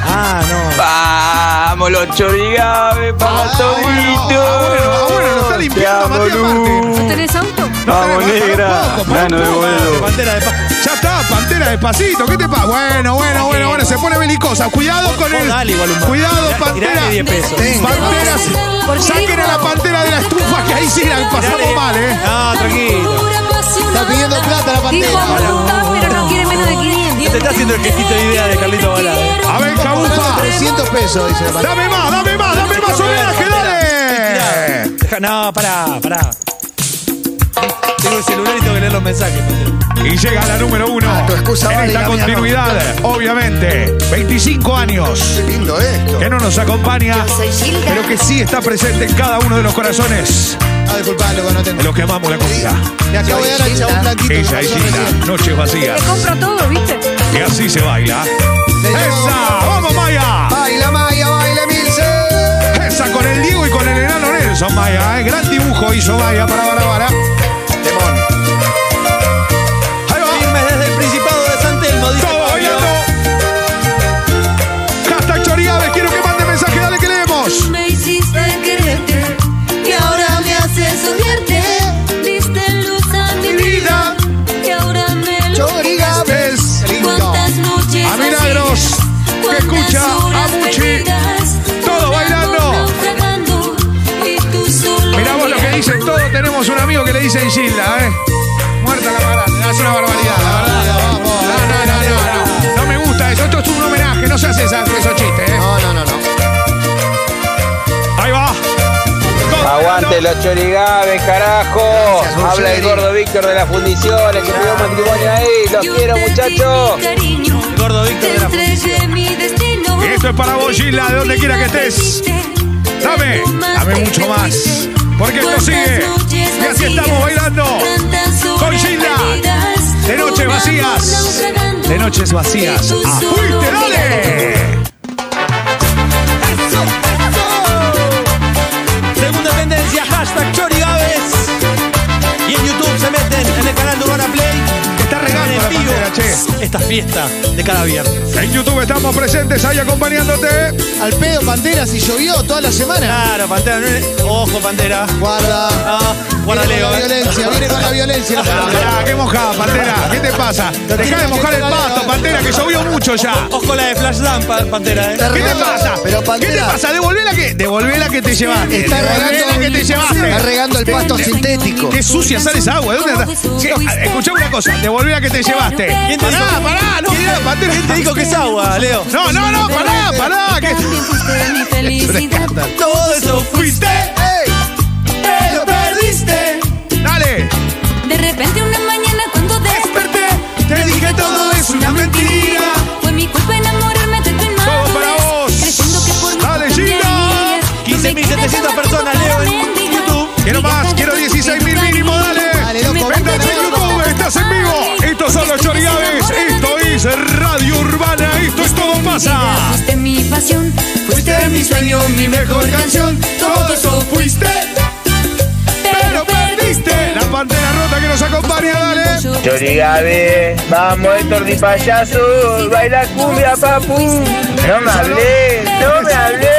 [SPEAKER 6] Ah, no.
[SPEAKER 9] Vamos los chorigabe,
[SPEAKER 5] Ah,
[SPEAKER 9] vamos
[SPEAKER 2] Ah,
[SPEAKER 5] Abuelo, abuelo, lo ah, está limpiando Matías Martín.
[SPEAKER 4] ¿No tenés auto?
[SPEAKER 5] No, para, para un
[SPEAKER 9] negra.
[SPEAKER 5] poco, para un
[SPEAKER 9] Nano de
[SPEAKER 5] poco más,
[SPEAKER 9] vuelo.
[SPEAKER 5] Pantera de pa- ya está, pantera despacito, ¿qué te pasa? Bueno, bueno, bueno, bueno, se pone belicosa. Cuidado con
[SPEAKER 6] Vos
[SPEAKER 5] el.
[SPEAKER 6] Oh, dale igual un poco.
[SPEAKER 5] Cuidado,
[SPEAKER 6] Tirá-
[SPEAKER 5] pantera.
[SPEAKER 6] tirale 10 pesos.
[SPEAKER 2] Tengo.
[SPEAKER 5] Panteras.
[SPEAKER 4] Porque
[SPEAKER 5] Saquen a la
[SPEAKER 4] dijo-
[SPEAKER 5] pantera de la estufa que ahí sí la pasamos
[SPEAKER 6] Tirale-
[SPEAKER 5] mal, eh.
[SPEAKER 6] No, tranquilo.
[SPEAKER 3] Está pidiendo plata la
[SPEAKER 4] Dijo
[SPEAKER 3] pantera.
[SPEAKER 4] voluntad, pero no quiere menos de 500.
[SPEAKER 6] Te está haciendo el quesito de idea de Carlito Balá. eh.
[SPEAKER 5] A ver, Cabufa.
[SPEAKER 3] 300 pesos, dice la pantera.
[SPEAKER 5] Dame más, dame más, dame más homenaje, dale.
[SPEAKER 6] Deja- No, pará, pará. Tengo el celular y tengo que leer los mensajes.
[SPEAKER 5] Y llega la número uno.
[SPEAKER 2] Ah, tu excusa
[SPEAKER 5] en
[SPEAKER 2] vale
[SPEAKER 5] esta
[SPEAKER 2] la mía,
[SPEAKER 5] continuidad, obviamente. 25 años.
[SPEAKER 2] Qué lindo esto.
[SPEAKER 5] Que no nos acompaña,
[SPEAKER 4] Soy Gilda.
[SPEAKER 5] pero que sí está presente en cada uno de los corazones
[SPEAKER 3] Ah, disculpa, loco, no
[SPEAKER 5] de
[SPEAKER 3] tengo.
[SPEAKER 5] los que amamos la comida.
[SPEAKER 3] Le acabo de dar al chabón blanquito. que
[SPEAKER 5] Ella
[SPEAKER 3] me
[SPEAKER 5] es
[SPEAKER 3] pasó
[SPEAKER 5] Gina,
[SPEAKER 3] recién.
[SPEAKER 5] noches vacías.
[SPEAKER 4] Le compro todo, ¿viste?
[SPEAKER 5] Y así se baila.
[SPEAKER 3] Le digo,
[SPEAKER 5] ¡Esa! ¡Vamos, Maya!
[SPEAKER 2] Baila Maya, baila Milce.
[SPEAKER 5] Esa con el Diego y con el enano Nelson, Maya. ¿eh? Gran dibujo hizo Maya para Barabara.
[SPEAKER 2] Temón.
[SPEAKER 5] Ahí va.
[SPEAKER 6] Firmes desde el Principado de San Telmo, dice
[SPEAKER 5] Todo
[SPEAKER 6] Pablo.
[SPEAKER 5] bailando. Hashtag Choriaves, quiero que mande mensaje, dale que leemos.
[SPEAKER 4] Me hiciste quererte que ahora me haces odiarte. Diste luz a mi vida que ahora me lo
[SPEAKER 5] Chorigaves.
[SPEAKER 4] Cuántas noches
[SPEAKER 5] A Milagros,
[SPEAKER 4] vacías,
[SPEAKER 5] que escucha
[SPEAKER 4] cuántas horas
[SPEAKER 5] a Muchi.
[SPEAKER 4] perdidas,
[SPEAKER 5] Todo
[SPEAKER 4] un
[SPEAKER 5] bailando.
[SPEAKER 4] amor naufragando, y tú solo
[SPEAKER 5] Mirá vos lo que
[SPEAKER 4] mirando.
[SPEAKER 5] dicen todos, tenemos un amigo que le dicen Gilda, ¿eh? Muerta la barata, es una barbaridad, la verdad. No, no, no, no, no. No me gusta eso, esto es un homenaje, no se hace esa- esos chistes, ¿eh?
[SPEAKER 2] No, no, no, no.
[SPEAKER 5] Ahí va. Todo
[SPEAKER 11] Aguante los chorigaves, carajo.
[SPEAKER 2] Gracias, Ruggeri.
[SPEAKER 11] Habla el gordo Víctor de las fundiciones, que pidió matrimonio ahí. Los
[SPEAKER 4] Yo
[SPEAKER 11] quiero,
[SPEAKER 4] te di
[SPEAKER 11] muchachos.
[SPEAKER 4] mi cariño,
[SPEAKER 6] El gordo Víctor
[SPEAKER 4] te
[SPEAKER 6] de la
[SPEAKER 4] entregué mi destino.
[SPEAKER 5] Y esto es para vos, Gilda, de donde quiera que estés. Dame, dame mucho más. Porque esto sigue. Y así estamos bailando. Con Gilda. De noches vacías. De noches vacías. ¡A fuiste, dale!
[SPEAKER 6] Segunda tendencia, hashtag Chorigaves. Y en YouTube se meten en el canal de Urbana Play.
[SPEAKER 5] Está regando la
[SPEAKER 6] en vivo
[SPEAKER 5] pantera, che.
[SPEAKER 6] esta fiesta de cada viernes.
[SPEAKER 5] En YouTube estamos presentes ahí acompañándote.
[SPEAKER 3] Al pedo, pantera, si llovió toda la semana.
[SPEAKER 6] Claro, Pantera. no es- Ojo, Pantera.
[SPEAKER 3] Guarda.
[SPEAKER 6] Ah,
[SPEAKER 3] Viene
[SPEAKER 6] guárdale.
[SPEAKER 3] con la violencia, viene con la violencia.
[SPEAKER 5] Ah, pará, qué mojada, Pantera. ¿Qué te pasa? Dejá de mojar el pasto, Pantera, que llovió mucho ya.
[SPEAKER 6] Ojo la de Flashdance, pa- Pantera, eh.
[SPEAKER 5] ¿Qué te pasa?
[SPEAKER 3] Pero
[SPEAKER 5] ¿Qué
[SPEAKER 3] Pantera-
[SPEAKER 5] te pasa? Devolvela que, devolvela que te llevaste.
[SPEAKER 3] Está
[SPEAKER 5] Devolvela
[SPEAKER 3] regando,
[SPEAKER 5] que te
[SPEAKER 3] está
[SPEAKER 5] llevaste.
[SPEAKER 3] regando el pasto sintético.
[SPEAKER 5] Qué sucia sale esa agua. ¿De dónde está? Sí, escuchá una cosa. Devolvela que te llevaste.
[SPEAKER 6] ¿Quién te
[SPEAKER 5] Pará,
[SPEAKER 6] dijo?
[SPEAKER 5] pará, no.
[SPEAKER 6] ¿Quién,
[SPEAKER 5] mirá, Pantera.
[SPEAKER 6] ¿Quién te dijo que es agua, Leo?
[SPEAKER 5] No, no, no, pará, pará. Que...
[SPEAKER 4] También fuiste mi felicidad.
[SPEAKER 6] Todo eso fuiste, te lo perdiste.
[SPEAKER 5] Dale.
[SPEAKER 4] De repente una mañana cuando desperté
[SPEAKER 5] Te dije todo es una mentira.
[SPEAKER 4] Fue mi culpa enamorarme de tu inmadurez
[SPEAKER 5] Todo para vos.
[SPEAKER 4] Creyendo que por mí
[SPEAKER 5] Dale, Gilda.
[SPEAKER 6] 15.700 personas, Leo, en YouTube.
[SPEAKER 5] Quiero más, quiero 16.000 mínimo, dale.
[SPEAKER 3] Dale, loco,
[SPEAKER 5] Vengan en YouTube, estás en vivo. Estos son los Chorigaves. Esto es Radio Urbana. Esto es Todo Pasa.
[SPEAKER 4] Fuiste mi pasión, fuiste mi sueño, mi mejor canción Todo eso
[SPEAKER 5] fuiste,
[SPEAKER 4] pero perdiste
[SPEAKER 5] La pantera rota que nos acompaña, dale.
[SPEAKER 11] Chorigabe, vamos Héctor Di Payaso, baila cumbia papu. No me hablé, no me hablé.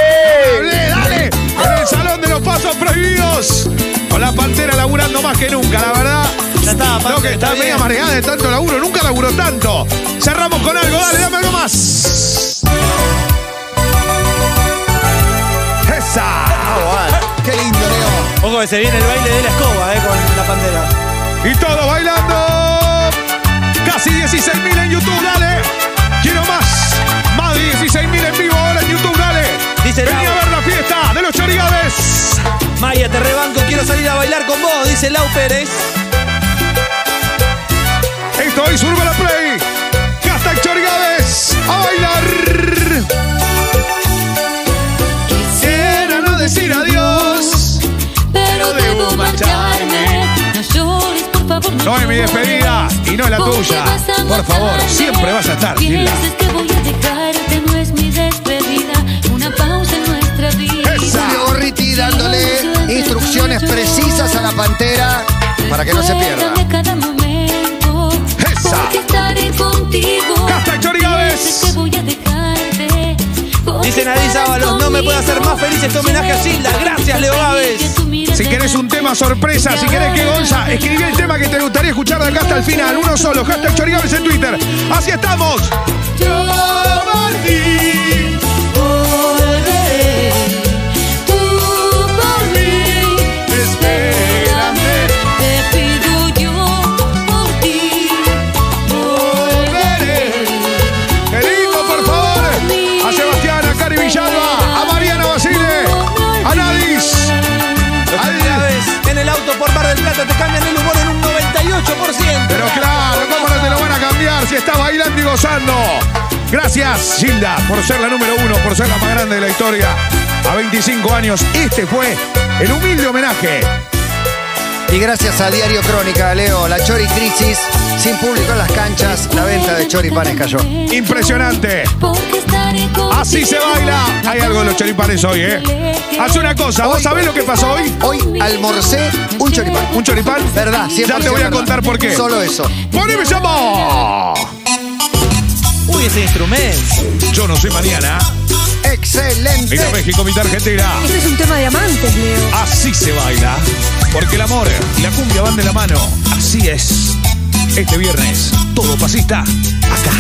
[SPEAKER 5] Dale, dale. En el salón de los pasos prohibidos. Con la pantera laburando más que nunca, la verdad.
[SPEAKER 6] Ya está,
[SPEAKER 5] No, que está media mareada de tanto laburo, nunca laburó tanto. Cerramos con algo, dale, dame algo más. Esa.
[SPEAKER 3] Qué lindo, Leo.
[SPEAKER 6] Ojo que se viene el baile de la escoba, eh, con la pantera.
[SPEAKER 5] Y todos bailando. Casi 16.000 en YouTube, dale. Quiero más. Más de 16.000 en vivo ahora en YouTube, dale.
[SPEAKER 6] Dice
[SPEAKER 5] Vení a
[SPEAKER 6] Lau.
[SPEAKER 5] ver la fiesta de los chorigaves.
[SPEAKER 6] Maya, te rebanco, quiero salir a bailar con vos, dice Lau Pérez.
[SPEAKER 5] Esto es Urbana Play. Hashtag chorigaves. A bailar. Quisiera no decir adiós.
[SPEAKER 4] Pero debo marcharme No llores, por favor, no
[SPEAKER 5] No es mi despedida y no es la tuya. Por favor, siempre vas a estar,
[SPEAKER 4] Tiene
[SPEAKER 5] Lila.
[SPEAKER 4] veces que voy a dejarte, no es mi despedida. Una pausa en nuestra vida.
[SPEAKER 2] Julio Gorriti dándole instrucciones precisas a la pantera para que no se pierda.
[SPEAKER 4] Recuérdame cada momento,
[SPEAKER 5] Esa.
[SPEAKER 4] porque estaré contigo.
[SPEAKER 5] Hashtag Chori Gávez.
[SPEAKER 4] Veces que voy a dejarte, porque
[SPEAKER 6] Dice Nadis
[SPEAKER 4] estarás
[SPEAKER 6] Ábalos, no me puede hacer más feliz este homenaje a Gilda. Gracias, Leo
[SPEAKER 4] que
[SPEAKER 6] Gávez.
[SPEAKER 4] tu mirada
[SPEAKER 5] Si querés un tema sorpresa, si querés que Gonza, escribí el tema que te gustaría escuchar de acá hasta el final. Uno solo, hashtag Chorigaves en Twitter. Así estamos.
[SPEAKER 4] volveré. Tú por mí, espérame. Te pido yo por ti, volveré.
[SPEAKER 5] ¡Qué lindo, por favor! A Sebastián, a Cari Villalba, a Mariana Basile, a Nadis.
[SPEAKER 6] Chori Gávez, en el auto por Mar del Plata te cambian el humor en un 98%.
[SPEAKER 5] Pero claro, ¿cómo no te lo van a cambiar si estás bailando y gozando? Gracias, Gilda, por ser la número uno, por ser la más grande de la historia. A 25 años, este fue el humilde homenaje.
[SPEAKER 2] Y gracias a Diario Crónica, Leo, la Chori Crisis, sin público en las canchas, la venta de choripanes cayó.
[SPEAKER 5] Impresionante.
[SPEAKER 4] Porque estaré contigo.
[SPEAKER 5] Así se baila. Hay algo de los choripanes hoy, ¿eh? Haz una cosa, ¿vos sabés lo que pasó hoy?
[SPEAKER 2] Hoy almorcé un choripán.
[SPEAKER 5] ¿Un choripán?
[SPEAKER 2] ¿Verdad?
[SPEAKER 5] Ya
[SPEAKER 2] 100%
[SPEAKER 5] te voy a
[SPEAKER 2] verdad.
[SPEAKER 5] contar por qué.
[SPEAKER 2] Solo eso.
[SPEAKER 5] ¡Poneme llamo!
[SPEAKER 6] Uy, ese instrumento.
[SPEAKER 5] Yo no soy mañana.
[SPEAKER 2] ¡Excelente!
[SPEAKER 5] Mira México, mi tarjetera.
[SPEAKER 12] Este es un tema de amantes, Leo.
[SPEAKER 5] Así se baila. Porque el amor y la cumbia van de la mano. Así es. Este viernes, todo pasista, acá.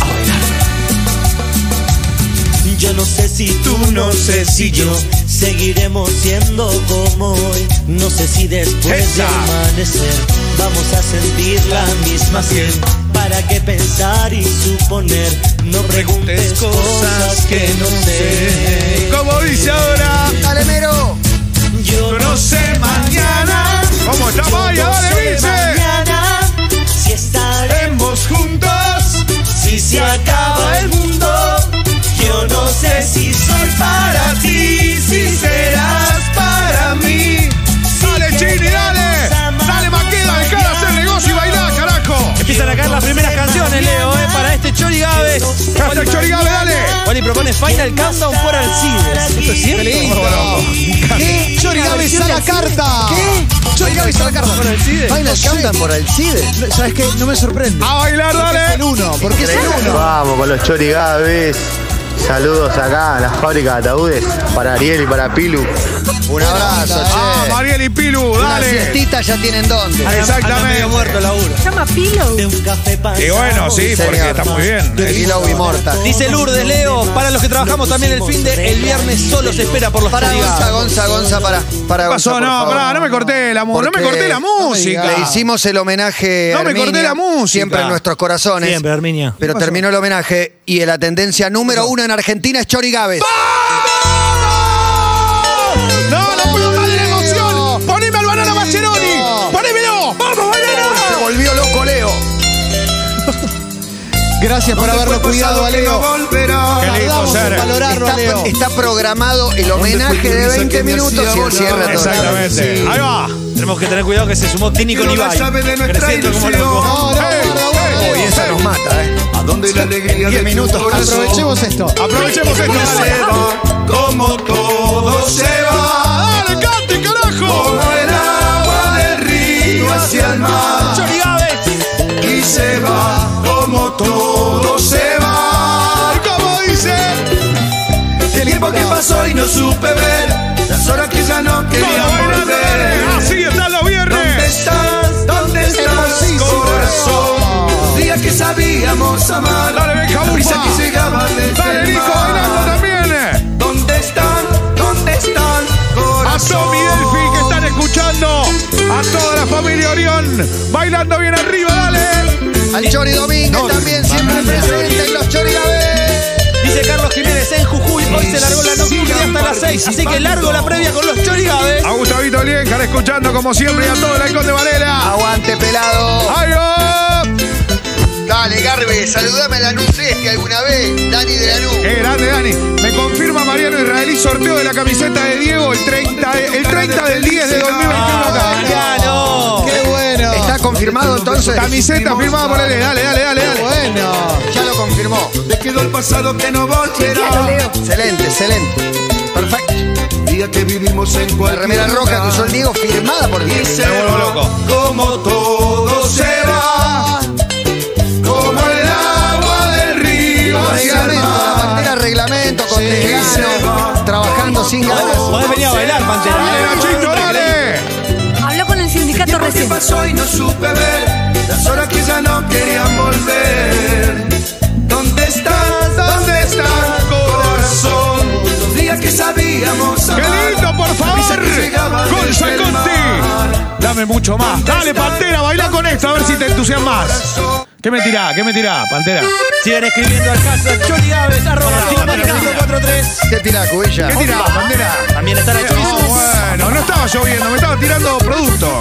[SPEAKER 5] A bailar.
[SPEAKER 1] Yo no sé si tú, no sé si yo Seguiremos siendo como hoy No sé si después de
[SPEAKER 5] Esa.
[SPEAKER 1] amanecer Vamos a sentir la misma sien ¿Para qué pensar y suponer? No preguntes cosas que no sé
[SPEAKER 5] Como dice ahora,
[SPEAKER 2] ¡Dale, Mero!
[SPEAKER 1] Yo no sé mañana
[SPEAKER 5] ¿cómo está Maya?
[SPEAKER 1] no
[SPEAKER 5] Dale,
[SPEAKER 1] sé
[SPEAKER 5] dice.
[SPEAKER 1] mañana Si estaré
[SPEAKER 5] Hemos juntos.
[SPEAKER 1] Si se acaba el mundo, yo no sé si soy para ti, si serás para mí.
[SPEAKER 5] Dale, Chini, dale. Dale, Maqueda, dejá de hacer negocio y bailá, carajo.
[SPEAKER 6] Empiezan a caer las primeras canciones, Leo, eh, para este Chori Gávez.
[SPEAKER 5] Hashtag Chorigabe, dale.
[SPEAKER 6] Oli propone Final Countdown por Alcides. ¿Esto es cierto?
[SPEAKER 3] ¿Qué? Chori Gávez a la carta.
[SPEAKER 2] ¿Qué? Chori Gávez a la carta.
[SPEAKER 6] ¿Por Alcides?
[SPEAKER 2] Final Countdown por el CIDE.
[SPEAKER 3] ¿Sabes qué? No me sorprende.
[SPEAKER 5] A bailar,
[SPEAKER 3] Es el
[SPEAKER 5] dale.
[SPEAKER 3] uno, porque es el uno.
[SPEAKER 11] Vamos con los chorigaves. Saludos acá a las fábricas de ataúdes para Ariel y para Pilu.
[SPEAKER 2] Un abrazo,
[SPEAKER 5] Ah,
[SPEAKER 2] che.
[SPEAKER 5] Mariel y Pilu,
[SPEAKER 2] Una
[SPEAKER 5] dale.
[SPEAKER 2] siestita ya tienen dónde.
[SPEAKER 6] Anda
[SPEAKER 5] Exactamente.
[SPEAKER 6] medio muerto el laburo.
[SPEAKER 12] Llama Pillow.
[SPEAKER 1] De un café pasado.
[SPEAKER 5] Y bueno, sí, porque está muy bien.
[SPEAKER 2] Y Love Immortal.
[SPEAKER 6] Dice Lourdes, Leo, para los que trabajamos también el fin de, el viernes solo se espera por los
[SPEAKER 2] Para
[SPEAKER 6] Chori
[SPEAKER 2] Gonza,
[SPEAKER 6] Gávez.
[SPEAKER 2] Gonza, Gonza, para. para
[SPEAKER 5] ¿Qué pasó?
[SPEAKER 2] Gonza, por
[SPEAKER 5] No,
[SPEAKER 2] favor.
[SPEAKER 5] pará, no me corté la mu- no me
[SPEAKER 2] Porque
[SPEAKER 5] corté la música.
[SPEAKER 2] Le hicimos el homenaje.
[SPEAKER 5] No me
[SPEAKER 2] a Herminia,
[SPEAKER 5] corté la música.
[SPEAKER 2] Siempre en nuestros corazones.
[SPEAKER 6] Siempre, Herminia.
[SPEAKER 2] Pero terminó el homenaje y en la tendencia número uno en Argentina es Chori Gávez.
[SPEAKER 5] No, no puedo más de la emoción. Poneme al banana Mascheroni. Ponémelo. Vamos,
[SPEAKER 2] Se
[SPEAKER 5] banana.
[SPEAKER 2] volvió loco Leo.
[SPEAKER 3] Gracias por haberlo cuidado, a Leo.
[SPEAKER 5] Qué lindo
[SPEAKER 3] Tardamos en
[SPEAKER 5] ser.
[SPEAKER 3] valorarlo a
[SPEAKER 2] Está,
[SPEAKER 3] Leo.
[SPEAKER 2] está programado el homenaje de 20 minutos y el cierre total.
[SPEAKER 5] Exactamente. Ahí va.
[SPEAKER 6] Tenemos que tener cuidado que se sumó Tínico Nival. Creciendo como loco.
[SPEAKER 3] No, no, guarda, guarda.
[SPEAKER 2] Uy, esa nos mata, ¿eh?
[SPEAKER 10] ¿A dónde la alegría
[SPEAKER 2] 10
[SPEAKER 10] de
[SPEAKER 2] minutos.
[SPEAKER 3] Aprovechemos esto.
[SPEAKER 5] Aprovechemos esto.
[SPEAKER 10] Como se
[SPEAKER 5] Dale.
[SPEAKER 10] va, como todo se va.
[SPEAKER 5] Dale, cante, carajo.
[SPEAKER 10] Como el agua del río hacia el mar.
[SPEAKER 6] Chori Gávez.
[SPEAKER 10] Y se va, como todo se va.
[SPEAKER 5] ¿Cómo dice?
[SPEAKER 10] El tiempo que pasó y no supe ver. Las horas que ya no quería
[SPEAKER 5] Todo bailando.
[SPEAKER 10] volver.
[SPEAKER 5] dale. Así están los
[SPEAKER 10] ¿Dónde
[SPEAKER 5] viernes.
[SPEAKER 10] estás? ¿Dónde estás, corazón? Días que sabíamos amar.
[SPEAKER 5] Dale, Benja,
[SPEAKER 10] La brisa
[SPEAKER 5] ufa.
[SPEAKER 10] que llegaba desde
[SPEAKER 5] Dale,
[SPEAKER 10] el
[SPEAKER 5] Nico,
[SPEAKER 10] mar.
[SPEAKER 5] bailando también.
[SPEAKER 10] ¿Dónde están? ¿Dónde están?
[SPEAKER 5] A
[SPEAKER 10] Corazón.
[SPEAKER 5] Tommy y Delphi que están escuchando. A toda la familia Orión. Bailando bien arriba, dale.
[SPEAKER 2] Al Chori Domínguez también siempre presente en los Chori Gávez.
[SPEAKER 6] Dice Carlos Jiménez en Jujuy. Hoy se largó la nocturna hasta las 6. Así que largo la previa con los Chori Gávez.
[SPEAKER 5] A Gustavito Liencar escuchando como siempre y a todo el halcón de Varela.
[SPEAKER 2] Aguante, pelado.
[SPEAKER 5] ¡Ay, va!
[SPEAKER 2] Dale, Garbe, saludame a Lanús Este alguna vez. Dani de Lanús.
[SPEAKER 5] ¡Qué grande, Dani! Me confirma Mariano Israelí sorteo de la camiseta de Diego el 30, de- el 30 del 10 de 2021.
[SPEAKER 6] Ah,
[SPEAKER 5] acá.
[SPEAKER 6] Mariano.
[SPEAKER 3] Qué bueno.
[SPEAKER 2] Está confirmado entonces?
[SPEAKER 5] Camiseta firmada por él. Dale, dale, dale, dale.
[SPEAKER 2] Bueno, ya lo confirmó.
[SPEAKER 10] Te quedó el pasado que no
[SPEAKER 5] Ah.
[SPEAKER 10] volverá.
[SPEAKER 2] Excelente, excelente. Perfecto.
[SPEAKER 10] Día que vivimos en
[SPEAKER 2] La
[SPEAKER 10] cualquier
[SPEAKER 2] remera roja que usó el Diego firmada por
[SPEAKER 10] Y
[SPEAKER 2] Diego.
[SPEAKER 10] se va como todo se va. Como el agua del río hacia el
[SPEAKER 2] Reglamento, la
[SPEAKER 10] mar.
[SPEAKER 2] bandera reglamento con desgano, trabajando sin
[SPEAKER 5] "Oh,
[SPEAKER 2] ganas.
[SPEAKER 6] Podés venir a bailar, Pantera.
[SPEAKER 12] Habló con el sindicato
[SPEAKER 10] Tiempo que
[SPEAKER 12] recién.
[SPEAKER 10] pasó y no supe ver las horas que ya no querían volver. ¿Dónde estás? ¿Dónde estás, corazón? Los días que sabíamos
[SPEAKER 5] ¡Qué
[SPEAKER 10] amar.
[SPEAKER 5] lindo, por
[SPEAKER 10] Brisa
[SPEAKER 5] favor!
[SPEAKER 10] que llegaba
[SPEAKER 5] ¡Gonza
[SPEAKER 10] desde el mar.
[SPEAKER 5] Conti! Dame mucho más. Dale, Pantera, baila con esto, a ver si te entusiasmas. ¿Qué me tirá? ¿Qué me tirá, Pantera?
[SPEAKER 6] Sigan escribiendo al caso Chori Gávez, arroba Team Marina 543.
[SPEAKER 2] ¿Qué tira, Cubilla?
[SPEAKER 5] ¿Qué tirá, Pantera?
[SPEAKER 6] También está la Chori.
[SPEAKER 5] Oh, bueno, no estaba lloviendo, me estaba tirando producto.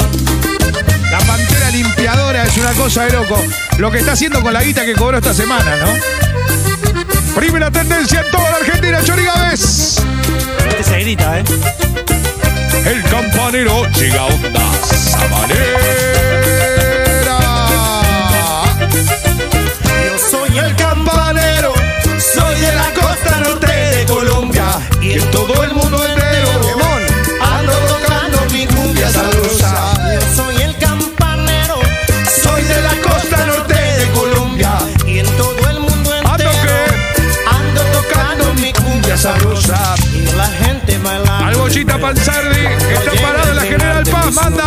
[SPEAKER 5] La Pantera limpiadora es una cosa de loco. Lo que está haciendo con la guita que cobró esta semana, ¿no? Primera tendencia en toda la Argentina, Chori Gávez.
[SPEAKER 6] Este se grita, ¿eh?
[SPEAKER 5] El campanero llega a onda sabanera.
[SPEAKER 10] Yo soy el campanero, soy de la costa norte de Colombia y en todo el mundo entero ando tocando mi cumbia sabrosa. Yo soy el campanero, soy de la costa norte de Colombia y en todo el mundo
[SPEAKER 5] ¿Ando
[SPEAKER 10] entero
[SPEAKER 5] qué?
[SPEAKER 10] ando tocando mi cumbia sabrosa. Y la gente bailando.
[SPEAKER 5] Al Bochita Panzardi, que está parado en la General Paz, manda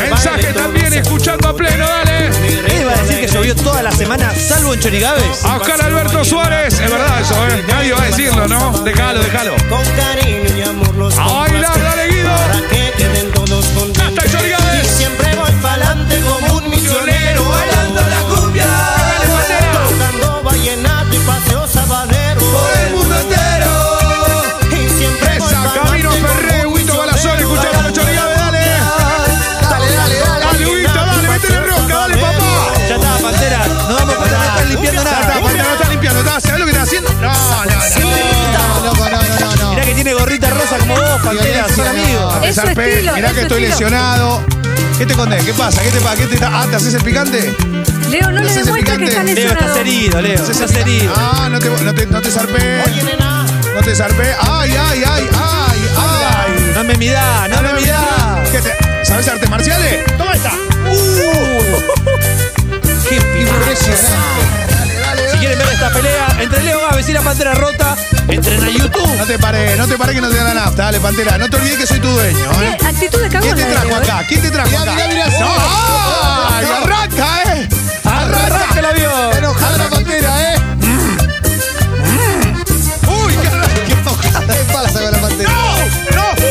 [SPEAKER 5] mensaje también, escuchando a pleno, dale.
[SPEAKER 6] Él va a decir que llovió toda la semana, salvo en Chori Gávez.
[SPEAKER 5] A Oscar Alberto Suárez, es verdad eso, ¿eh? Nadie va a decirlo, ¿no? Déjalo, déjalo.
[SPEAKER 10] Con cariño y amor los
[SPEAKER 5] A bailar, dale Guido.
[SPEAKER 10] que queden todos
[SPEAKER 5] Hasta el Chori
[SPEAKER 10] Y
[SPEAKER 5] Gávez.
[SPEAKER 10] siempre voy pa'lante como un misionero bailando la cumbia.
[SPEAKER 5] Dale, Mateo.
[SPEAKER 10] Tocando vallenato y paseo sabanero por el mundo entero. Y siempre voy
[SPEAKER 5] Esa,
[SPEAKER 10] pa'lante
[SPEAKER 5] Camino
[SPEAKER 10] como un
[SPEAKER 5] Ferré, Huito Balazón, escuchando a los Chori Gávez, dale.
[SPEAKER 2] Dale, dale, dale.
[SPEAKER 5] Dale, Huito, dale, métele rosca, dale, papá.
[SPEAKER 6] Ya está, Pantera. No damos para no estar limpiando
[SPEAKER 5] Ya está,
[SPEAKER 6] nada.
[SPEAKER 5] Pantera, no está limpiando, está, ¿sabes lo que está haciendo? No, no, no.
[SPEAKER 3] No, loco, no, no, no, no.
[SPEAKER 6] Mirá que tiene gorrita rosa como vos, Pantera. Son amigos.
[SPEAKER 5] Me
[SPEAKER 12] Es su
[SPEAKER 5] zarpé,
[SPEAKER 12] estilo,
[SPEAKER 5] mirá
[SPEAKER 12] es
[SPEAKER 5] que
[SPEAKER 12] su
[SPEAKER 5] estoy
[SPEAKER 12] estilo.
[SPEAKER 5] lesionado. ¿Qué te conté? ¿Qué pasa? ¿Qué te pasa? ¿Qué te ah, ¿te haces el picante?
[SPEAKER 12] Leo, no
[SPEAKER 5] ¿No
[SPEAKER 12] le
[SPEAKER 5] haces el
[SPEAKER 12] demuestres que
[SPEAKER 5] picante?
[SPEAKER 12] está
[SPEAKER 6] Leo, estás
[SPEAKER 12] lesionado.
[SPEAKER 6] herido, Leo. Estás herido.
[SPEAKER 5] Ah, no te, no te, no te zarpé. No te zarpé. Ay, ay, ay, ay, ay.
[SPEAKER 6] No me midá, Ah, no me midá.
[SPEAKER 5] ¿Qué te- ¿Sabes artes marciales? Toma esta.
[SPEAKER 6] Qué
[SPEAKER 2] Impresionante. Dale, dale,
[SPEAKER 6] Si
[SPEAKER 2] dale.
[SPEAKER 6] quieren ver esta pelea entre Leo Gávez y la Pantera Rota, entren a YouTube.
[SPEAKER 5] No te paré, no te paré que no te da la nafta. Dale, pantera. No te olvides que soy tu dueño.
[SPEAKER 12] Qué
[SPEAKER 5] ¿eh?
[SPEAKER 12] Actitud de cagón.
[SPEAKER 5] ¿Quién te
[SPEAKER 12] la de
[SPEAKER 5] trajo
[SPEAKER 12] Leo, ¿eh?
[SPEAKER 5] acá? ¿Quién te trajo acá?
[SPEAKER 3] mirá, mirá, sí.
[SPEAKER 5] No, ¡Ay, arranca, eh!
[SPEAKER 6] Arranca el avión.
[SPEAKER 3] Enojada la pantera, ¿eh?
[SPEAKER 5] ¡Uy, qué arranca!
[SPEAKER 3] ¿Qué pasa con la pantera?
[SPEAKER 5] ¡No!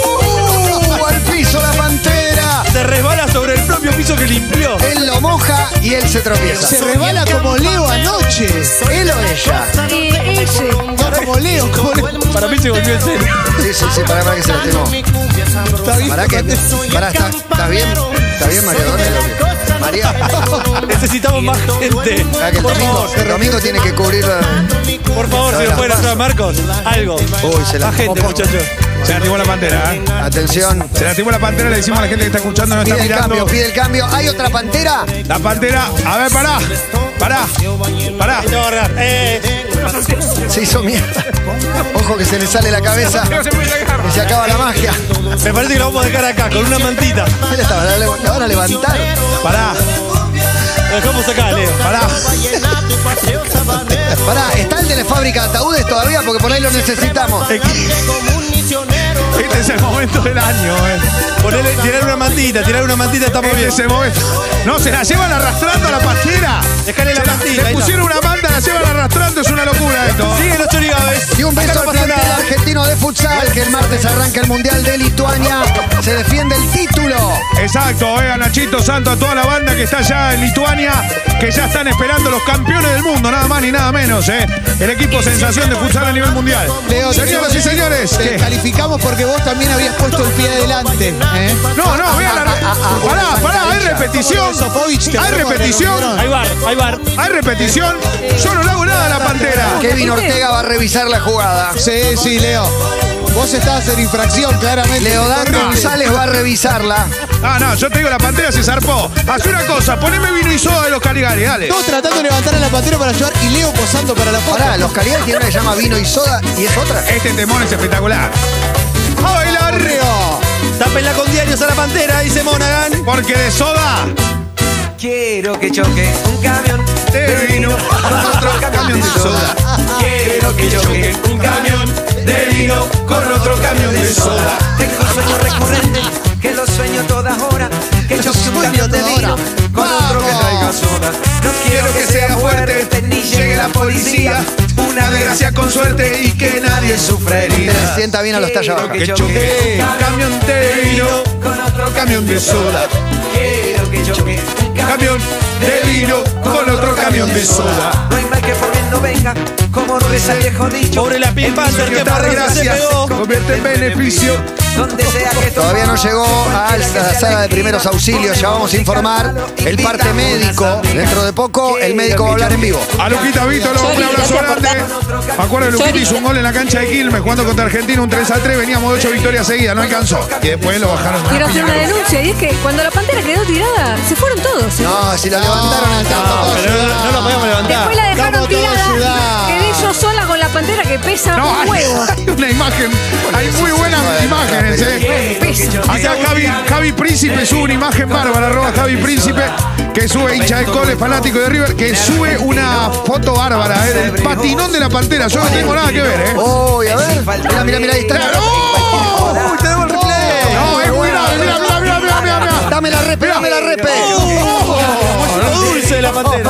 [SPEAKER 2] Uh, al piso la pantera.
[SPEAKER 6] Se resbala sobre el propio piso que limpió.
[SPEAKER 2] Él lo moja y él se tropieza.
[SPEAKER 3] Se rebala como Leo anoche.
[SPEAKER 2] Él o ella.
[SPEAKER 12] Eh, ella.
[SPEAKER 3] No, como Leo, como Leo.
[SPEAKER 6] Para mí se volvió en serio.
[SPEAKER 2] Sí, sí, sí, pará, pará que se la tengo. Pará que. Pará, ¿está- ¿estás bien? ¿Estás bien, María Dona? María.
[SPEAKER 6] Necesitamos más gente.
[SPEAKER 2] Pará que el
[SPEAKER 6] Por
[SPEAKER 2] domingo,
[SPEAKER 6] favor,
[SPEAKER 2] el domingo tiene que cubrir eh, la.
[SPEAKER 6] por favor, si nos pueden ayudar, Marcos. Algo.
[SPEAKER 2] Uy, se la
[SPEAKER 6] Más gente,
[SPEAKER 2] popo.
[SPEAKER 6] muchachos.
[SPEAKER 5] Se lastimó la pantera, ¿eh?
[SPEAKER 2] Atención.
[SPEAKER 5] Se lastimó la pantera, le decimos a la gente que está escuchando, no está
[SPEAKER 2] Pide el cambio,
[SPEAKER 5] mirando.
[SPEAKER 2] pide el cambio. ¿Hay otra pantera?
[SPEAKER 5] La pantera, a ver, pará, pará, pará.
[SPEAKER 6] Ahí te va a agarrar. Eh,
[SPEAKER 2] Se hizo mierda. Ojo que se le sale la cabeza y se acaba la magia.
[SPEAKER 6] me parece que lo vamos a dejar acá, con una mantita.
[SPEAKER 2] Él estaba, la la van a levantar.
[SPEAKER 5] Pará,
[SPEAKER 6] Lo dejamos acá, Leo.
[SPEAKER 5] pará.
[SPEAKER 2] Pará, ¿está el de la fábrica de ataúdes todavía? Porque por ahí lo necesitamos.
[SPEAKER 5] Este es el momento del año, eh.
[SPEAKER 6] Ponele, tirar una mantita, tirar una mantita, estamos
[SPEAKER 5] Este
[SPEAKER 6] bien.
[SPEAKER 5] es el momento. No, se la llevan arrastrando a la pantera.
[SPEAKER 6] Dejale la
[SPEAKER 5] Se
[SPEAKER 6] pastilla,
[SPEAKER 5] Le
[SPEAKER 6] ahí está.
[SPEAKER 5] pusieron una manta, la llevan arrastrando, es una locura esto.
[SPEAKER 6] Sigue los chorigabes.
[SPEAKER 2] Y un beso al plantel argentino de futsal que el martes arranca el Mundial de Lituania. Se defiende el título.
[SPEAKER 5] Exacto, eh, a Nachito Santo, a toda la banda que está allá en Lituania, que ya están esperando los campeones del mundo, nada más ni nada menos, eh. El equipo sensación de futsal a nivel mundial.
[SPEAKER 3] Leo, te
[SPEAKER 5] Señoras y
[SPEAKER 3] digo-
[SPEAKER 5] señores,
[SPEAKER 3] Te
[SPEAKER 5] ¿qué?
[SPEAKER 3] calificamos porque vos también habías puesto el pie adelante. ¿eh?
[SPEAKER 5] No, no, vean la. re-
[SPEAKER 3] Ah,
[SPEAKER 5] Pará, pará, hay repetición.
[SPEAKER 3] Sofovich, te
[SPEAKER 5] Hay
[SPEAKER 3] pongo
[SPEAKER 5] repetición.
[SPEAKER 3] en
[SPEAKER 6] Ahí bar, ahí bar.
[SPEAKER 5] Hay repetición. Yo no le hago nada a la pantera.
[SPEAKER 2] Kevin Ortega va a revisar la jugada.
[SPEAKER 3] Sí, sí, Leo. Vos estás en infracción, claramente.
[SPEAKER 2] Leodán González va a revisarla.
[SPEAKER 5] Ah, no, yo te digo, la pantera se zarpó. Haz una cosa, poneme vino y soda de los Caligari, dale.
[SPEAKER 3] Todos tratando de levantar a la patera para ayudar y Leo posando para la foto.
[SPEAKER 2] Pará, los Caligari tienen una que se llama Vino y Soda y es otra.
[SPEAKER 5] Este temón es espectacular.
[SPEAKER 3] ¡A bailar, Leo!
[SPEAKER 6] Tápenla con diarios a la pantera, dice Monaghan.
[SPEAKER 5] Porque de soda
[SPEAKER 9] Quiero que choque un camión
[SPEAKER 5] de vino con otro camión de soda.
[SPEAKER 10] Quiero que choque un camión de vino con otro camión de soda.
[SPEAKER 9] Tengo un sueño recurrente, que lo sueño todas horas. Que choque un camión de vino con otro que traiga soda. No
[SPEAKER 5] Quiero que sea fuerte,
[SPEAKER 9] ni
[SPEAKER 5] llegue la policía. Una desgracia con suerte y que nadie sufra
[SPEAKER 2] Se
[SPEAKER 5] heridas.
[SPEAKER 2] sienta bien a los tallas bajas.
[SPEAKER 5] Que choque un camión de vino con otro camión de soda.
[SPEAKER 9] Quiero que choque un
[SPEAKER 5] Camión de vino con otro camión de soda.
[SPEAKER 9] No hay mal que por bien no venga, como reza el viejo dicho.
[SPEAKER 6] Pobre la Pink Panther que
[SPEAKER 5] Esta
[SPEAKER 6] parrilla se
[SPEAKER 5] desgracia
[SPEAKER 6] pegó.
[SPEAKER 5] se convierte en beneficio.
[SPEAKER 9] Donde sea que
[SPEAKER 2] Todavía no llegó a la sala de primeros auxilios, ya vamos a informar el parte médico. Dentro de poco el médico va a hablar en vivo.
[SPEAKER 5] A Luquita Vítolo, un abrazo grande. Me acuerdo que Luquita hizo un gol en la cancha de Quilmes jugando contra Argentina, un 3 a 3. Veníamos de 8 victorias seguidas, no alcanzó. Y después lo bajaron. con una
[SPEAKER 12] Quiero hacer
[SPEAKER 5] piña
[SPEAKER 12] una
[SPEAKER 5] cruz.
[SPEAKER 12] denuncia y es que cuando la pantera quedó tirada, se fueron todos. ¿eh?
[SPEAKER 2] No, si lo levantaron al
[SPEAKER 3] No,
[SPEAKER 2] tanto.
[SPEAKER 3] pero no- no lo podemos
[SPEAKER 12] Después la dejaron
[SPEAKER 3] Estamos todos
[SPEAKER 12] tirada.
[SPEAKER 3] sudados.
[SPEAKER 12] Quedé yo sola con la pantera que pesa
[SPEAKER 5] No,
[SPEAKER 12] un
[SPEAKER 5] hay,
[SPEAKER 12] huevo.
[SPEAKER 5] hay una imagen, hay muy buenas imágenes. eh.
[SPEAKER 12] Pesa.
[SPEAKER 5] Acá Javi, Javi Príncipe sube una imagen bárbara, arroba Javi Príncipe, que sube hincha de cole, fanático de River, que sube una foto bárbara eh, del patinón de la pantera. Yo no tengo nada que ver, ¿eh?
[SPEAKER 2] Uy, a ver. Mira, mira, mira, ahí está.
[SPEAKER 5] Claro. ¡Oh!
[SPEAKER 6] Uy, tenemos el replay.
[SPEAKER 5] No, es muy grave, mirá, mirá, mirá, mirá, mirá, mirá.
[SPEAKER 2] Dame la repe, dame la repe.
[SPEAKER 6] Lo dulce de la pantera.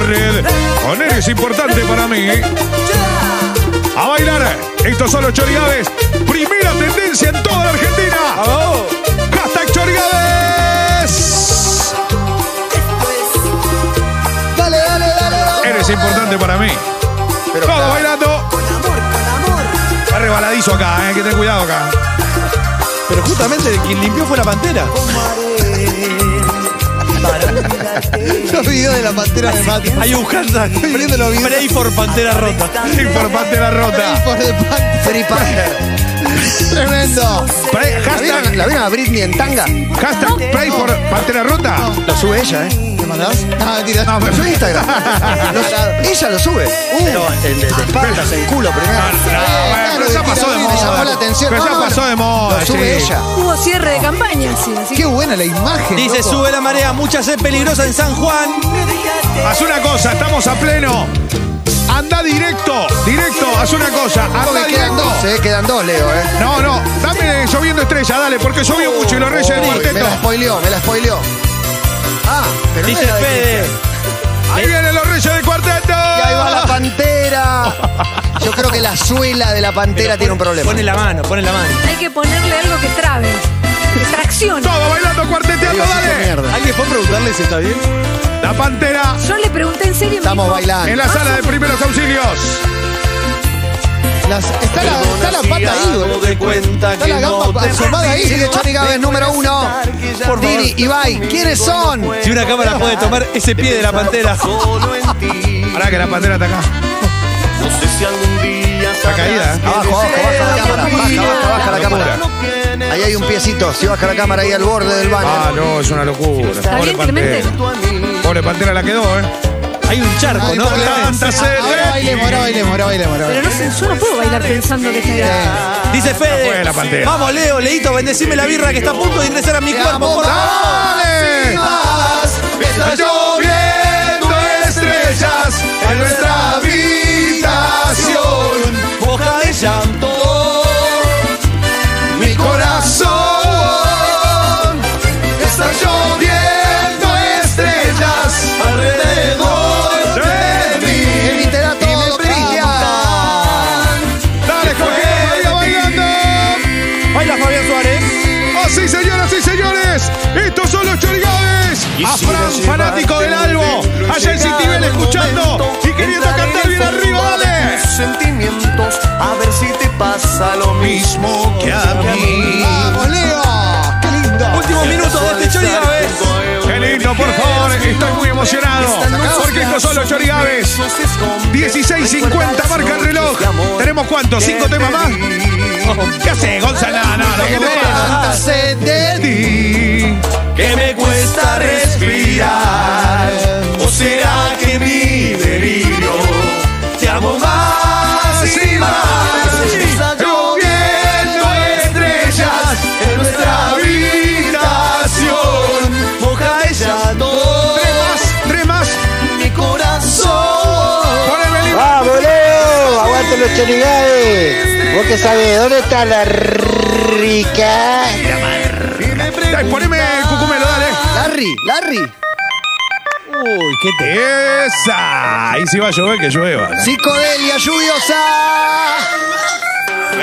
[SPEAKER 5] Red. Con él es importante para mí. ¿eh? A bailar. Estos son los Chorigaves. Primera tendencia en toda la Argentina. Hashtag Chorigaves.
[SPEAKER 3] Dale, dale, dale. dale.
[SPEAKER 5] Eres importante para mí.
[SPEAKER 2] Pero
[SPEAKER 5] Todo
[SPEAKER 2] claro.
[SPEAKER 5] bailando. Está rebaladizo acá, ¿eh? que ten cuidado acá.
[SPEAKER 6] Pero justamente quien limpió fue la pantera.
[SPEAKER 3] Los videos de la pantera de Mati.
[SPEAKER 6] Hay un hashtag.
[SPEAKER 3] Estoy viendo los videos.
[SPEAKER 6] Pray for pantera rota.
[SPEAKER 5] Importante la
[SPEAKER 3] Pray
[SPEAKER 5] rota.
[SPEAKER 3] for the Panther.
[SPEAKER 2] Free Panther.
[SPEAKER 3] Tremendo.
[SPEAKER 5] Pray-
[SPEAKER 2] ¿La vieron,
[SPEAKER 5] hashtag,
[SPEAKER 2] la vieron a Britney en tanga?
[SPEAKER 5] hashtag Pray for Pantera Rota.
[SPEAKER 2] Lo sube ella, ¿eh?
[SPEAKER 3] ¿Me mandás? No, mentira.
[SPEAKER 5] No, pero-
[SPEAKER 2] Lo sube Instagram. Lo- ella lo sube. Pero en, de, de espaldas, en culo primero.
[SPEAKER 5] Ah, bueno, pero ya pasó de
[SPEAKER 3] Me llamó la
[SPEAKER 5] moda.
[SPEAKER 3] atención.
[SPEAKER 5] Pero
[SPEAKER 3] No,
[SPEAKER 5] ya
[SPEAKER 3] no,
[SPEAKER 5] pasó de
[SPEAKER 3] Ah,
[SPEAKER 5] moda.
[SPEAKER 2] Lo sube
[SPEAKER 5] che.
[SPEAKER 2] ella.
[SPEAKER 12] Hubo cierre de campaña, sí. Así que
[SPEAKER 3] Qué buena la imagen.
[SPEAKER 6] Dice,
[SPEAKER 3] loco.
[SPEAKER 6] sube la marea, mucha sed peligrosa en San Juan.
[SPEAKER 5] Haz una cosa, estamos a pleno. Anda directo, directo, haz una cosa, anda
[SPEAKER 2] Porque quedan
[SPEAKER 5] directo.
[SPEAKER 2] dos, ¿eh? Quedan dos, Leo, ¿eh?
[SPEAKER 5] No, no, dame lloviendo estrella, dale, porque llovió mucho y los reyes del
[SPEAKER 2] Uy, me
[SPEAKER 5] cuarteto.
[SPEAKER 2] la spoileó, me la spoileó. Ah, pero
[SPEAKER 6] Dice
[SPEAKER 2] no era de
[SPEAKER 6] Fede.
[SPEAKER 2] Cristian.
[SPEAKER 5] Ahí vienen los reyes del cuarteto.
[SPEAKER 2] Y ahí va la pantera. Yo creo que la suela de la pantera tiene un problema.
[SPEAKER 6] Pone la mano, pone la mano.
[SPEAKER 12] hay que ponerle algo que trabe. Que traccione.
[SPEAKER 5] Todo bailando cuarteteando,
[SPEAKER 2] Dios, qué
[SPEAKER 5] dale.
[SPEAKER 2] mierda.
[SPEAKER 6] ¿Alguien puede preguntarle si está bien?
[SPEAKER 5] La pantera
[SPEAKER 12] Yo le pregunté en serio. me
[SPEAKER 2] Estamos
[SPEAKER 12] dijo,
[SPEAKER 5] en
[SPEAKER 2] bailando.
[SPEAKER 5] la sala de primeros auxilios.
[SPEAKER 3] Las- está, la, está la pata ahí, boludo.
[SPEAKER 6] de cuenta
[SPEAKER 3] Está la gamba asomada ahí.
[SPEAKER 2] Sigue Johnny Gávez, número uno.
[SPEAKER 6] favor.
[SPEAKER 2] Dini, Ibai, ¿quiénes son?
[SPEAKER 6] Si una cámara puede tomar ese pie de la pantera.
[SPEAKER 5] Pará que la pantera está acá. Está caída. ¿eh?
[SPEAKER 2] Abajo, abajo, baja la cámara. Baja, baja, baja la cámara. Ahí hay un piecito. Si baja la cámara ahí al borde del
[SPEAKER 5] Ah,
[SPEAKER 2] banner.
[SPEAKER 5] no, es una locura.
[SPEAKER 12] Está
[SPEAKER 5] Pobre
[SPEAKER 12] bien, Clemente.
[SPEAKER 5] pantera. Pobre pantera la quedó, ¿eh?
[SPEAKER 6] Hay un charco,
[SPEAKER 3] Ay,
[SPEAKER 6] ¿no?
[SPEAKER 3] por la-
[SPEAKER 5] Tanta sed.
[SPEAKER 3] Ahora bailemos, ahora bailemos, ahora bailemos. ahora
[SPEAKER 12] Pero no sé, yo no puedo bailar pensando que está grave.
[SPEAKER 6] Dice
[SPEAKER 5] fue la pantera.
[SPEAKER 6] Fede. Vamos, Leo, Leito, bendecime la birra que está a punto de ingresar a mi cuerpo. por favor.
[SPEAKER 5] ¡Dale! Está lloviendo estrellas en nuestra habitación.
[SPEAKER 6] Boca de llanto.
[SPEAKER 5] Mi corazón está lloviendo estrellas alrededor de mí.
[SPEAKER 2] Invítela a todos, Cristian.
[SPEAKER 5] Dale, Jorge, vaya bailando. Oh, Estos son los chorigaves. A Fran, fanático del albo. Allá en Citibel escuchando y queriendo cantar bien arriba, dale.
[SPEAKER 10] Sentimientos, a ver si te pasa lo mismo que a mí.
[SPEAKER 3] ¡Vamos, Leo! ¡Qué lindo!
[SPEAKER 6] Últimos minutos de este Chorigaves.
[SPEAKER 5] Qué lindo, por favor. Estoy muy emocionado. Porque estos son los chorigaves. 16.50 marca el reloj. ¿Tenemos cuántos? ¿Cinco temas más? ¿Qué hace, Gonzalo? No, no, no, ¿qué te pasa?
[SPEAKER 2] Sé de ti.
[SPEAKER 10] que me cuesta respirar. ¿O será que mi delirio te amo más y más? Está lloviendo estrellas en nuestra habitación. Moja ella todo
[SPEAKER 5] Tres más, tres más.
[SPEAKER 10] mi corazón.
[SPEAKER 5] Poneme el himno.
[SPEAKER 11] ¡Vamos, Leo! ¡Aguante los chorigades! ¿Vos qué sabés? ¿Dónde está la rica?
[SPEAKER 5] Dai, Poneme cucumelo, dale.
[SPEAKER 2] Larry, Larry.
[SPEAKER 6] Uy, qué te.
[SPEAKER 5] Esa. Ahí si va a llover, que llueva.
[SPEAKER 2] Psicodelia lluviosa.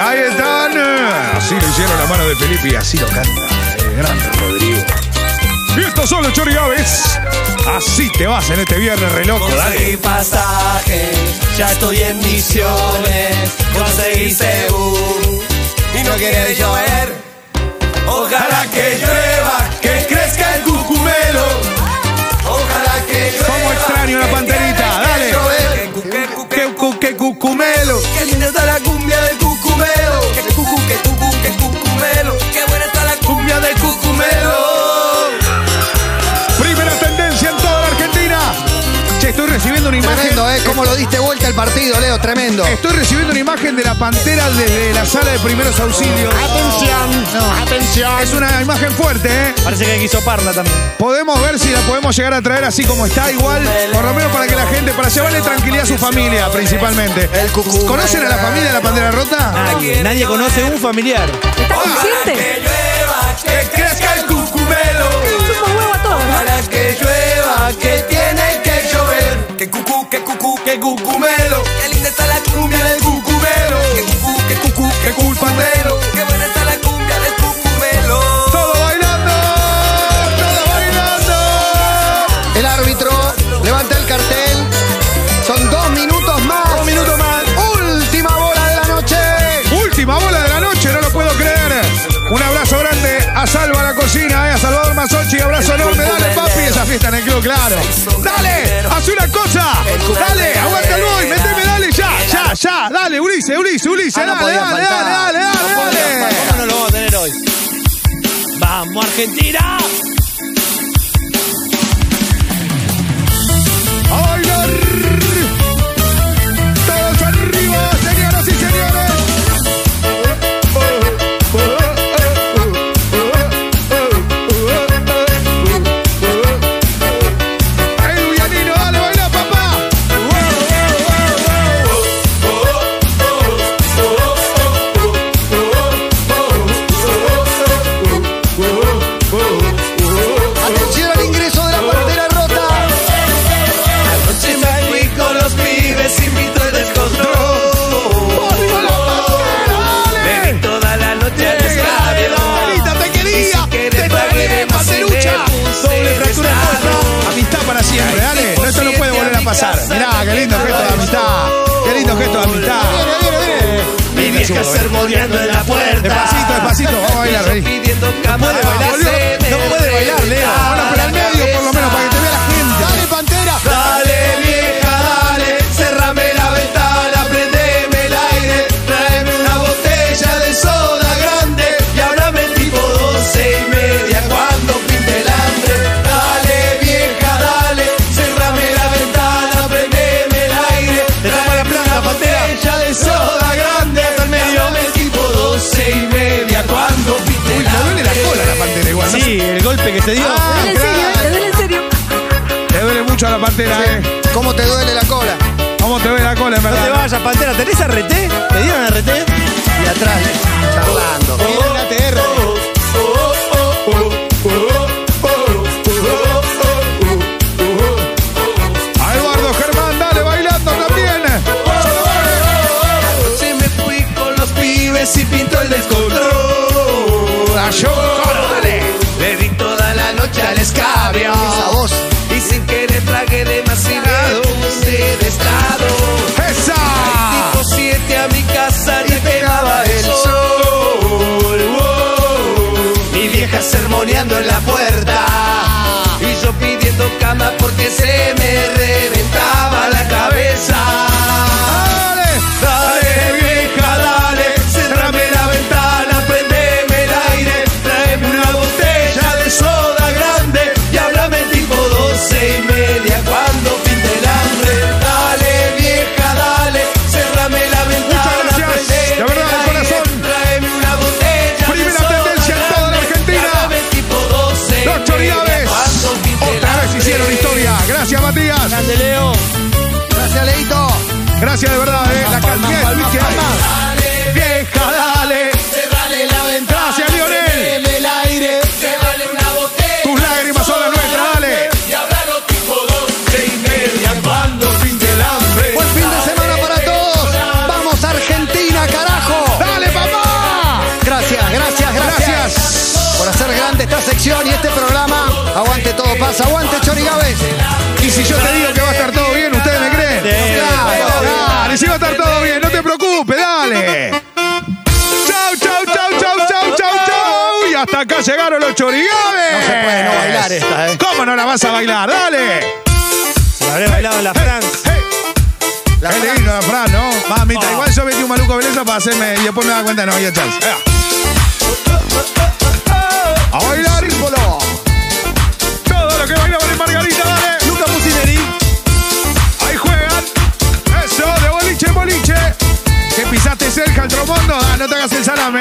[SPEAKER 5] Ahí están. Así lo hicieron la mano de Felipe y así lo canta el gran Rodrigo. Y estos son los chorigaves. Así te vas en este viernes, re loco,
[SPEAKER 9] Conseguí
[SPEAKER 5] dale.
[SPEAKER 9] pasaje, ya estoy en misiones. Conseguí Seúl y no quiere llover. Ojalá que llueva, que crezca el cucumelo. Ojalá que llueva.
[SPEAKER 5] ¿Cómo extraño la
[SPEAKER 9] que
[SPEAKER 5] panterita?
[SPEAKER 9] quiera que
[SPEAKER 5] Dale.
[SPEAKER 9] llover. Que cu, que cu, que cu, que cucumelo. Qué linda está la cumbia del cucumelo. Que cucu, que cucu, que cucumelo. Qué buena está la cumbia del cucumelo.
[SPEAKER 5] Primera tendencia en toda la Argentina. Che, estoy recibiendo una imagen.
[SPEAKER 2] Tremendo, ¿eh? Cómo lo diste vuelta el partido, Leo, tremendo.
[SPEAKER 5] Estoy recibiendo una imagen de la pantera desde la sala de primeros auxilios.
[SPEAKER 3] Atención, atención.
[SPEAKER 5] Es una imagen fuerte, ¿eh?
[SPEAKER 6] Parece que quiso parla también.
[SPEAKER 5] Podemos ver si la podemos llegar a traer así como está, igual, por lo menos para que la gente, para llevarle tranquilidad a su familia, principalmente.
[SPEAKER 2] El cucú.
[SPEAKER 5] ¿Conocen a la familia de la Pantera
[SPEAKER 6] Ah,
[SPEAKER 5] Rota?
[SPEAKER 6] Nadie, nadie conoce un familiar.
[SPEAKER 12] ¿Estás consciente?
[SPEAKER 9] llueva, que crezca el cucumelo.
[SPEAKER 12] Somos huevo a todos. ¿no?
[SPEAKER 9] Para que llueva, que tiene que llover. Que cucú, que cucú, que cucumelo. Qué linda está la cumbia del cucumelo. Que cucú, que cucú, que cucumelo. Qué buena está la cumbia del cucumelo.
[SPEAKER 5] ¡Todo bailando! ¡Todo bailando!
[SPEAKER 2] El árbitro levanta el cartel. Son dos minutos más. Dos minutos más. Última bola de la noche.
[SPEAKER 5] Última bola de la noche, no lo puedo creer. Un abrazo grande a Salva la cocina, eh, a Salvador Masochi, abrazo enorme. Dale, papi, esa fiesta en el club, claro. Dale, haz una cosa. Dale, aguanta el boy, meteme, dale, ya, ya, ya. Dale, Ulises, Ulises, Ulises,
[SPEAKER 2] Ah, no
[SPEAKER 5] dale, dale,
[SPEAKER 2] podía
[SPEAKER 5] dale,
[SPEAKER 2] faltar.
[SPEAKER 5] dale, dale, dale.
[SPEAKER 6] ¿Cómo no lo vamos a tener hoy? ¡Vamos, Argentina!
[SPEAKER 5] ¡A bailar! ¡Todos arriba, señoras y señores! ¡Edu Yanino, dale, baila, papá!
[SPEAKER 2] Atención al ingreso de la pantera rota.
[SPEAKER 9] Anoche me fui con los pibes y mi todo el
[SPEAKER 5] ¡Arriba la pantera, dale!
[SPEAKER 9] Bebí toda la noche al escabio.
[SPEAKER 5] Margarita, te quería, te tragué paserucha. Doble fractura corta. Amistad para siempre, dale. No, esto no puede volver a pasar. Mirá, qué lindo gesto de amistad. Qué lindo gesto de amistad.
[SPEAKER 9] Mi vieja sermoneando en la puerta.
[SPEAKER 5] Despacito, despacito, vamos a bailar, vení.
[SPEAKER 9] Pidiendo cama,
[SPEAKER 5] puede bailar,
[SPEAKER 9] bailar,
[SPEAKER 5] Leo. No puede bailar, Leo. Ahora por el medio, por lo menos, para que te vea la gente.
[SPEAKER 3] Dale, Pantera.
[SPEAKER 9] Dale vieja, dale, cerrame la ventana, prendeme el aire, tráeme una botella de soda grande y háblame tipo doce y media cuando pinte el hambre. Dale vieja, dale, cerrame la ventana, prendeme el aire, tráeme una botella de soda grande y háblame tipo doce y media cuando pinte
[SPEAKER 5] Uy, me
[SPEAKER 9] el
[SPEAKER 5] duele
[SPEAKER 9] hambre.
[SPEAKER 5] la cola la pantera igual. ¿no?
[SPEAKER 6] Sí, el golpe que se dio.
[SPEAKER 12] Te duele en serio, te duele en serio.
[SPEAKER 5] Te duele mucho la pantera, eh.
[SPEAKER 2] ¿Cómo te duele la cola?
[SPEAKER 5] ¿Cómo te duele la cola, en
[SPEAKER 6] No te
[SPEAKER 5] verdad?
[SPEAKER 6] vayas, Pantera. ¿Tenés RT? ¿Te dieron RT?
[SPEAKER 2] Y atrás, charlando.
[SPEAKER 6] Tiene un ATR.
[SPEAKER 5] A Eduardo Germán, dale, bailando también.
[SPEAKER 9] Se me fui con los pibes y pinto el descontrol.
[SPEAKER 5] La show, dale.
[SPEAKER 9] Le di toda la puerta. Y yo pidiendo cama porque se me reventaba la cabeza. Dale, dale vieja, dale, cerrame la ventana, prendeme el aire, tráeme una botella de soda grande y háblame tipo 12 y media cuando pinte el hambre. Dale vieja, dale, cerrame la ventana, prendeme
[SPEAKER 5] La verdad,
[SPEAKER 9] el
[SPEAKER 5] el
[SPEAKER 9] aire,
[SPEAKER 5] corazón.
[SPEAKER 9] tráeme una botella
[SPEAKER 5] Primera
[SPEAKER 9] de soda
[SPEAKER 5] tendencia en toda la
[SPEAKER 9] grande,
[SPEAKER 5] Argentina.
[SPEAKER 9] háblame tipo 12 y
[SPEAKER 5] Los Chorigaves.
[SPEAKER 9] media cuando pinte el
[SPEAKER 5] Otra vez
[SPEAKER 9] hambre.
[SPEAKER 5] hicieron historia. Gracias, Matías.
[SPEAKER 6] Grande Leo.
[SPEAKER 2] Gracias, Leito.
[SPEAKER 5] Gracias de verdad, eh. La cantidad de tweets que hay.
[SPEAKER 9] Vieja, dale, se vale la ventana.
[SPEAKER 5] Gracias, Lionel.
[SPEAKER 9] prendeme el aire, se vale una botella.
[SPEAKER 5] Tus lágrimas son las nuestras, dale.
[SPEAKER 9] Y habrá los tipo 12 y media cuando pinte el hambre.
[SPEAKER 2] Buen fin de semana para todos. Vamos Argentina, carajo.
[SPEAKER 5] ¡Dale, papá!
[SPEAKER 2] Gracias, gracias, gracias. Por hacer grande esta sección y este programa. Aguante todo pasa. Aguante Chorigaves.
[SPEAKER 5] Y si yo te digo que va a estar todo bien, ¿ustedes me creen?
[SPEAKER 2] Claro.
[SPEAKER 5] Dale, si va a estar todo bien, no te preocupes, dale. Chau, chau, chau, chau, chau, chau, chau. Y hasta acá llegaron los chorigaves.
[SPEAKER 2] No se puede no bailar esta, ¿eh?
[SPEAKER 5] ¿Cómo no la vas a bailar? Dale.
[SPEAKER 6] La habré bailado en la France.
[SPEAKER 2] La
[SPEAKER 5] La Qué
[SPEAKER 2] Fran.
[SPEAKER 5] lindo la Fran, ¿no? Mamita, igual yo metí un maluco Beleza para hacerme y después me da cuenta no había chance. Ea. A bailar, Ímbolo. Todo lo que baila con el Margarita, dale.
[SPEAKER 6] Luca Musineri.
[SPEAKER 5] Ahí juegan. Eso, de boliche en boliche. Que pisaste cerca el tromondo. Ah, no te hagas el salame.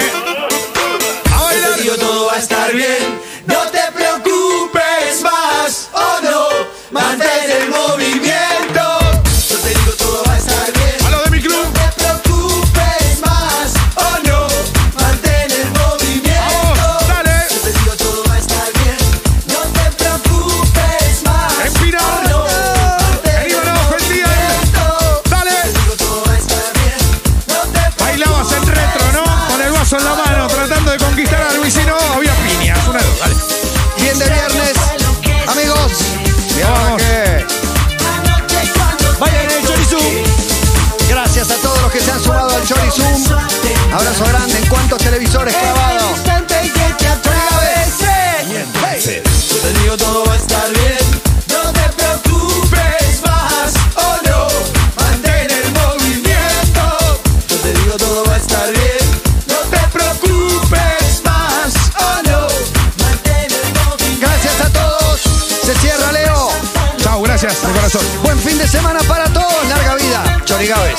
[SPEAKER 5] A bailar.
[SPEAKER 9] Digo todo va a estar bien, no te preocupes más, oh no, mantén el movimiento. Yo te digo todo va a estar bien,
[SPEAKER 5] A los de mi club.
[SPEAKER 9] no te preocupes más, oh no, mantén el
[SPEAKER 5] Vamos,
[SPEAKER 9] movimiento.
[SPEAKER 5] dale.
[SPEAKER 9] Yo te digo todo va a estar bien, no te preocupes más,
[SPEAKER 5] Espiral.
[SPEAKER 9] oh no, mantén el
[SPEAKER 5] Aníbalo, Fendía.
[SPEAKER 9] movimiento.
[SPEAKER 5] Dale.
[SPEAKER 9] Digo todo va a estar bien, no te preocupes
[SPEAKER 5] Bailabas en retro, ¿no? Con el vaso en la mano, tratando de conquistar a Luisino. Había piñas. Una, dos, dale.
[SPEAKER 2] Bien de viernes. Amigos.
[SPEAKER 5] Vamos.
[SPEAKER 6] Bailen el Chorizú.
[SPEAKER 2] Gracias a todos los que se han sumado al Chorizum. Abrazo grande en cuantos televisores clavados.
[SPEAKER 9] Yo te digo todo va a estar bien, no te preocupes más, oh no, mantén el movimiento. Yo te digo todo va a estar bien, no te preocupes más, oh no, mantén el movimiento.
[SPEAKER 2] Gracias a todos. Se cierra Leo.
[SPEAKER 5] Chau, gracias de corazón.
[SPEAKER 2] Buen fin de semana para todos. Larga vida. Chorigaves.